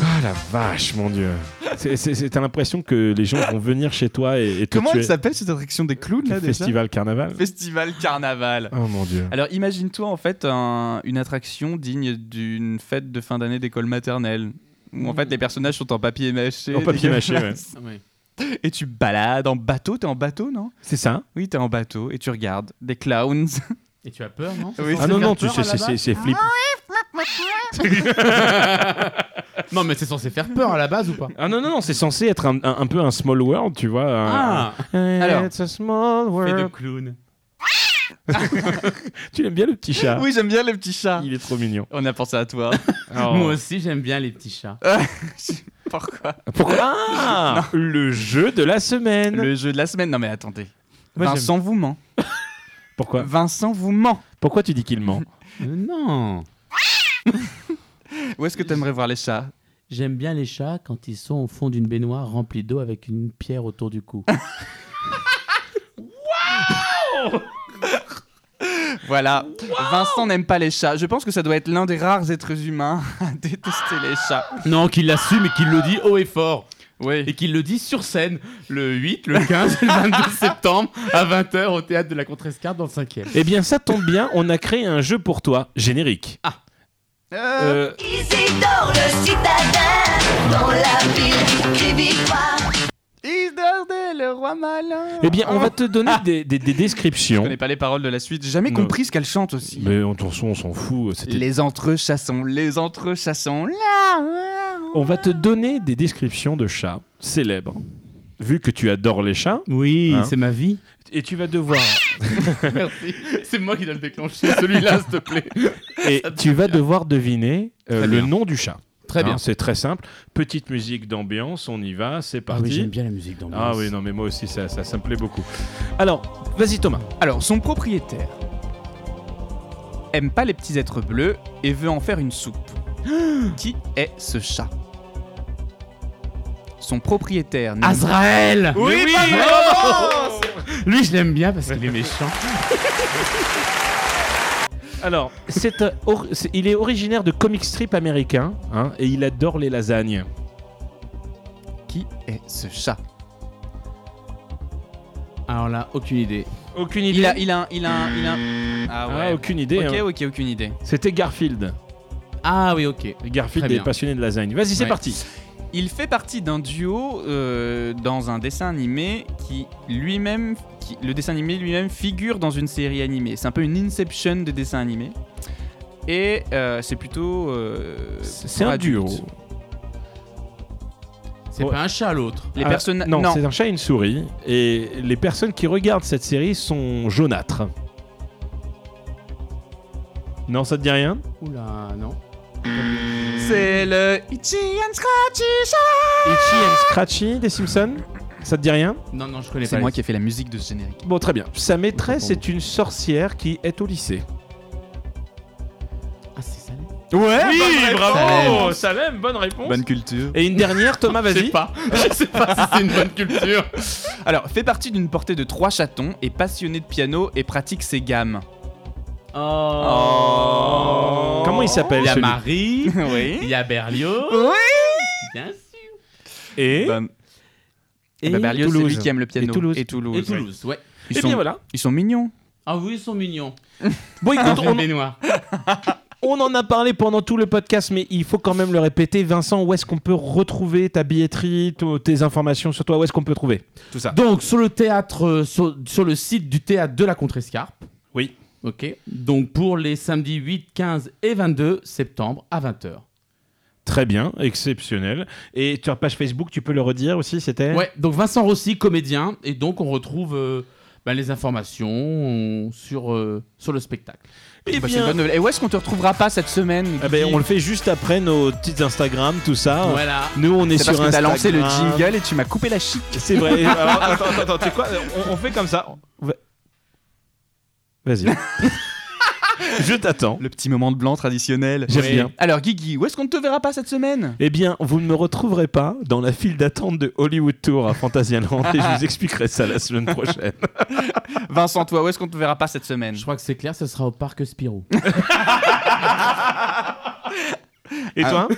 [SPEAKER 1] Ah la vache, mon dieu. C'est- c'est- c'est- T'as l'impression que les gens vont venir chez toi et, et te
[SPEAKER 2] Comment
[SPEAKER 1] tuer.
[SPEAKER 2] elle s'appelle cette attraction des clowns là déjà
[SPEAKER 1] Festival Carnaval
[SPEAKER 2] *laughs* Festival Carnaval.
[SPEAKER 1] Oh mon dieu.
[SPEAKER 2] Alors imagine-toi en fait un- une attraction digne d'une fête de fin d'année d'école maternelle où en fait les personnages sont en papier mâché.
[SPEAKER 1] En papier mâché,
[SPEAKER 2] *laughs* dégueulasse.
[SPEAKER 3] Ah ouais.
[SPEAKER 2] Et tu balades en bateau, t'es en bateau non
[SPEAKER 1] C'est ça
[SPEAKER 2] Oui, t'es en bateau et tu regardes des clowns.
[SPEAKER 3] Et tu as peur, non
[SPEAKER 2] Oui,
[SPEAKER 1] Ah
[SPEAKER 3] censé
[SPEAKER 1] non,
[SPEAKER 3] faire
[SPEAKER 1] non, tu
[SPEAKER 3] peur,
[SPEAKER 1] sais,
[SPEAKER 3] à
[SPEAKER 1] c'est-
[SPEAKER 3] la
[SPEAKER 1] c'est
[SPEAKER 3] base
[SPEAKER 1] c'est flippant.
[SPEAKER 3] Non, mais c'est censé faire peur à la base ou pas
[SPEAKER 1] Ah non, non, non, c'est censé être un, un- un peu un small world, tu vois. un-
[SPEAKER 3] Ah
[SPEAKER 1] Eh,
[SPEAKER 2] Alors.
[SPEAKER 1] It's a small
[SPEAKER 3] Fait de
[SPEAKER 1] world.
[SPEAKER 3] clown.
[SPEAKER 1] Tu l'aimes bien le petit chat
[SPEAKER 2] *laughs* Oui, j'aime bien les petits chats.
[SPEAKER 1] Ah. Il est trop mignon.
[SPEAKER 2] On a pensé à
[SPEAKER 1] *laughs*
[SPEAKER 2] toi.
[SPEAKER 1] Oh.
[SPEAKER 2] Oh.
[SPEAKER 3] Moi aussi, j'aime bien les petits chats.
[SPEAKER 2] Pourquoi
[SPEAKER 1] Pourquoi Ah Le jeu de la semaine.
[SPEAKER 2] Le jeu de la semaine. Non mais attendez.
[SPEAKER 1] Moi, j'aime.
[SPEAKER 2] Vincent vous ment.
[SPEAKER 1] Pourquoi
[SPEAKER 2] Vincent vous ment.
[SPEAKER 1] Pourquoi tu dis qu'il ment
[SPEAKER 3] Euh, non
[SPEAKER 2] Où est-ce que t'aimerais voir les chats
[SPEAKER 3] J'aime bien les chats quand ils sont au fond d'une baignoire remplie d'eau avec une pierre autour du cou.
[SPEAKER 2] Voilà. Vincent n'aime pas les chats. Je pense que ça doit être l'un des rares êtres humains *laughs* à détester les chats.
[SPEAKER 3] non, qu'il l'assume et qu'il le dit haut et fort.
[SPEAKER 2] Oui.
[SPEAKER 3] Et qu'il le dit sur scène le 8, le 15 et le 22 septembre à 20h au théâtre de la Contrescarpe dans le 5e.
[SPEAKER 1] Eh bien, ça tombe bien, on a créé un jeu pour toi, générique.
[SPEAKER 3] Ah.
[SPEAKER 1] Euh,
[SPEAKER 6] Isidore le citadin, dans la ville qui vit pas.
[SPEAKER 2] Isidore, le roi malin. Ah.
[SPEAKER 1] eh bien, on va te donner des, des- des
[SPEAKER 2] Je
[SPEAKER 1] descriptions.
[SPEAKER 2] connais pas les paroles de la suite. J'ai jamais
[SPEAKER 1] Non.
[SPEAKER 2] compris ce qu'elle chante aussi.
[SPEAKER 1] Mais en ton son, on s'en fout. euh, c'était-
[SPEAKER 2] Les entrechassons, les entrechassons. Là. hein.
[SPEAKER 1] On va te donner des descriptions de chats célèbres. Vu que tu adores les chats,
[SPEAKER 3] Oui,
[SPEAKER 1] Hein
[SPEAKER 3] c'est ma vie.
[SPEAKER 1] et tu vas devoir,
[SPEAKER 3] Merci. C'est moi qui dois le déclencher, celui-là, s'il te plaît.
[SPEAKER 1] et tu vas devoir deviner euh,
[SPEAKER 3] Très
[SPEAKER 1] le
[SPEAKER 3] bien.
[SPEAKER 1] nom du chat.
[SPEAKER 3] Très
[SPEAKER 1] Hein,
[SPEAKER 3] bien.
[SPEAKER 1] c'est très simple. Petite musique d'ambiance, on y va, c'est parti.
[SPEAKER 3] bien la musique dans
[SPEAKER 1] Ah oui, non, mais moi aussi, ça, ça, ça me plaît beaucoup. Alors, vas-y Thomas.
[SPEAKER 2] *laughs* Alors, son propriétaire aime pas les petits êtres bleus et veut en faire une *gasps* soupe. Qui est ce chat Son propriétaire. n'aime- Oh
[SPEAKER 3] Azrael
[SPEAKER 2] Oui,
[SPEAKER 3] Mais
[SPEAKER 2] bonne
[SPEAKER 3] bravo Lui, je l'aime bien parce qu'il est méchant.
[SPEAKER 1] Alors, c'est un or- c'est- il est originaire de comic strip américain hein, et il adore les lasagnes.
[SPEAKER 2] Qui est ce chat
[SPEAKER 3] Alors là, Ah, aucune idée.
[SPEAKER 1] Aucune idée.
[SPEAKER 2] Il a, il a, un- il a, un- il a. un- Ah
[SPEAKER 1] Ah,
[SPEAKER 2] ouais.
[SPEAKER 1] aucune idée.
[SPEAKER 2] ok,
[SPEAKER 1] hein.
[SPEAKER 2] ok, aucune idée.
[SPEAKER 1] C'était Garfield.
[SPEAKER 3] Ah oui, ok.
[SPEAKER 1] Garfield
[SPEAKER 3] Très
[SPEAKER 1] est
[SPEAKER 3] bien.
[SPEAKER 1] passionné de lasagne. Vas-y, c'est
[SPEAKER 3] Ouais.
[SPEAKER 1] parti.
[SPEAKER 2] Il fait partie d'un duo euh, dans un dessin animé qui lui-même, qui- le dessin animé lui-même figure dans une série animée. C'est un peu une inception de dessin animé. Et euh, c'est plutôt. euh,
[SPEAKER 1] C'est
[SPEAKER 2] pour
[SPEAKER 1] un duo.
[SPEAKER 2] adultes.
[SPEAKER 3] C'est
[SPEAKER 1] Ouais.
[SPEAKER 3] pas un chat l'autre.
[SPEAKER 2] Les
[SPEAKER 1] Ah,
[SPEAKER 2] personnages.
[SPEAKER 1] Non,
[SPEAKER 2] Non,
[SPEAKER 1] c'est un chat et une souris. Et les personnes qui regardent cette série sont jaunâtres. Non, ça te dit rien
[SPEAKER 3] Oula, non.
[SPEAKER 2] C'est le Itchy and Scratchy Show
[SPEAKER 1] Itchy and Scratchy des Simpsons Ça te dit rien
[SPEAKER 3] Non, non, je connais pas.
[SPEAKER 2] C'est
[SPEAKER 3] les-
[SPEAKER 2] moi qui ai fait la musique de ce générique.
[SPEAKER 1] Bon, très bien. Sa maîtresse est une sorcière qui est au lycée.
[SPEAKER 3] Ah, c'est ça. les-
[SPEAKER 1] Ouais bah, Oui,
[SPEAKER 2] Salem.
[SPEAKER 1] Salem, bonne réponse
[SPEAKER 2] culture.
[SPEAKER 1] Et une dernière,
[SPEAKER 2] *laughs*
[SPEAKER 1] Thomas,
[SPEAKER 3] Je
[SPEAKER 1] vas-y.
[SPEAKER 3] sais pas. Ah, *laughs* Je sais pas si c'est une bonne culture.
[SPEAKER 2] Alors, fait partie d'une portée de trois chatons, est passionné de piano et pratique ses gammes.
[SPEAKER 3] Oh.
[SPEAKER 1] Comment il s'appelle,
[SPEAKER 3] Il y a
[SPEAKER 1] celui-
[SPEAKER 3] Marie. Il
[SPEAKER 2] oui.
[SPEAKER 3] y a Berlioz.
[SPEAKER 2] Oui.
[SPEAKER 3] Bien sûr.
[SPEAKER 1] Et,
[SPEAKER 2] Bah, eh ben, Berlioz, c'est
[SPEAKER 1] Toulouse.
[SPEAKER 2] lui qui aime le piano.
[SPEAKER 1] Et Toulouse.
[SPEAKER 2] Et Toulouse.
[SPEAKER 3] Et Toulouse, ouais.
[SPEAKER 2] Ils,
[SPEAKER 1] Eh
[SPEAKER 2] sont,
[SPEAKER 1] bien voilà.
[SPEAKER 2] ils sont mignons.
[SPEAKER 3] Ah oui, ils sont mignons.
[SPEAKER 1] Bon, écoute,
[SPEAKER 2] *laughs*
[SPEAKER 3] Dans une
[SPEAKER 1] on,
[SPEAKER 3] baignoire.
[SPEAKER 1] on en a parlé pendant tout le podcast, mais il faut quand même le répéter. Vincent, où est-ce qu'on peut retrouver ta billetterie, to- tes informations sur toi Où est-ce qu'on peut trouver Tout ça.
[SPEAKER 3] Donc sur le théâtre, euh, sur, sur le site du théâtre de la Contrescarpe.
[SPEAKER 1] Oui.
[SPEAKER 3] Ok. Donc pour les samedis 8, 15 et 22 septembre à 20h.
[SPEAKER 1] Très bien, exceptionnel. Et ta page Facebook, tu peux le redire aussi, c'était
[SPEAKER 3] Ouais. Donc Vincent Rossi, comédien, et donc on retrouve euh, bah, les informations euh, sur euh, sur le spectacle.
[SPEAKER 1] Eh
[SPEAKER 2] Bah, c'est
[SPEAKER 1] bien,
[SPEAKER 2] une bonne nouvelle. Et où est-ce qu'on te retrouvera pas cette semaine
[SPEAKER 1] eh ben, on le fait juste après nos petites Instagram, tout ça.
[SPEAKER 3] Voilà.
[SPEAKER 1] Nous, on est,
[SPEAKER 2] C'est
[SPEAKER 1] sur
[SPEAKER 2] parce que t'as
[SPEAKER 1] Instagram.
[SPEAKER 2] lancé le jingle et tu m'as coupé la chic.
[SPEAKER 1] C'est
[SPEAKER 2] *laughs*
[SPEAKER 1] vrai. Alors, attends, attends, attends, tu sais quoi on, on fait comme ça. On va- Vas-y.
[SPEAKER 2] *laughs*
[SPEAKER 1] Je t'attends.
[SPEAKER 2] Le petit moment de blanc traditionnel.
[SPEAKER 1] J'aime bien.
[SPEAKER 2] Alors Guigui, où est-ce qu'on ne te verra pas cette semaine
[SPEAKER 1] Eh bien, vous ne me retrouverez pas dans la file d'attente de Hollywood Tour à Fantasyland et je vous expliquerai ça la semaine prochaine.
[SPEAKER 2] Vincent, toi, où est-ce qu'on te verra pas cette semaine
[SPEAKER 3] Je crois que c'est clair, ce sera au parc Spirou.
[SPEAKER 1] Et toi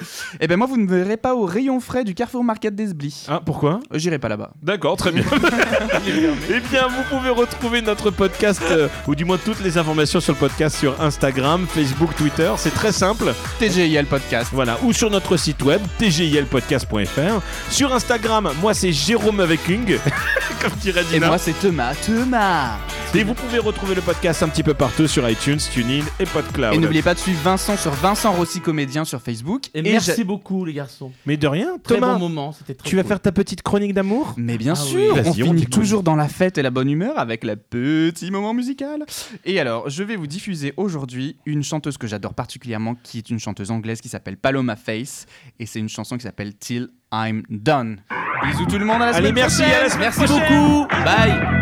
[SPEAKER 2] Eh ben moi, vous ne me verrez pas au rayon frais du Carrefour Market d'Esbly.
[SPEAKER 1] Ah, pourquoi
[SPEAKER 2] Euh, J'irai pas là-bas.
[SPEAKER 1] D'accord, très bien. *laughs* eh bien, vous pouvez retrouver notre podcast, euh, ou du moins toutes les informations sur le podcast sur Instagram, Facebook, Twitter. C'est très simple.
[SPEAKER 2] TGIL podcast.
[SPEAKER 1] Voilà, ou sur notre site web tgilpodcast.fr. Sur Instagram, moi c'est Jérôme avec Hung, *laughs* comme dirait
[SPEAKER 2] Et
[SPEAKER 1] Dina.
[SPEAKER 2] moi, c'est Thomas. Thomas
[SPEAKER 1] Et vous pouvez retrouver le podcast un petit peu partout sur iTunes, TuneIn et PodCloud.
[SPEAKER 2] Et n'oubliez pas de suivre Vincent sur Vincent Rossi Comédien sur Facebook.
[SPEAKER 3] Et,
[SPEAKER 2] j'a-
[SPEAKER 3] merci beaucoup les garçons.
[SPEAKER 1] Mais de rien,
[SPEAKER 3] Très
[SPEAKER 1] Thomas,
[SPEAKER 3] bon moment, c'était très
[SPEAKER 1] tu vas
[SPEAKER 3] cool.
[SPEAKER 1] faire ta petite chronique d'amour
[SPEAKER 2] Mais bien
[SPEAKER 3] Ah
[SPEAKER 2] sûr,
[SPEAKER 1] oui.
[SPEAKER 2] on
[SPEAKER 1] Vas-y, on
[SPEAKER 2] finit
[SPEAKER 1] t'écoute.
[SPEAKER 2] toujours dans la fête et la bonne humeur avec la petit moment musical. Et alors, je vais vous diffuser aujourd'hui une chanteuse que j'adore particulièrement, qui est une chanteuse anglaise qui s'appelle Paloma Face, et c'est une chanson qui s'appelle Till I'm Done. Bisous tout le monde à la
[SPEAKER 1] Allez,
[SPEAKER 2] semaine
[SPEAKER 1] merci,
[SPEAKER 2] prochaine.
[SPEAKER 1] à la semaine
[SPEAKER 2] Merci
[SPEAKER 1] prochaine.
[SPEAKER 2] beaucoup. Bye.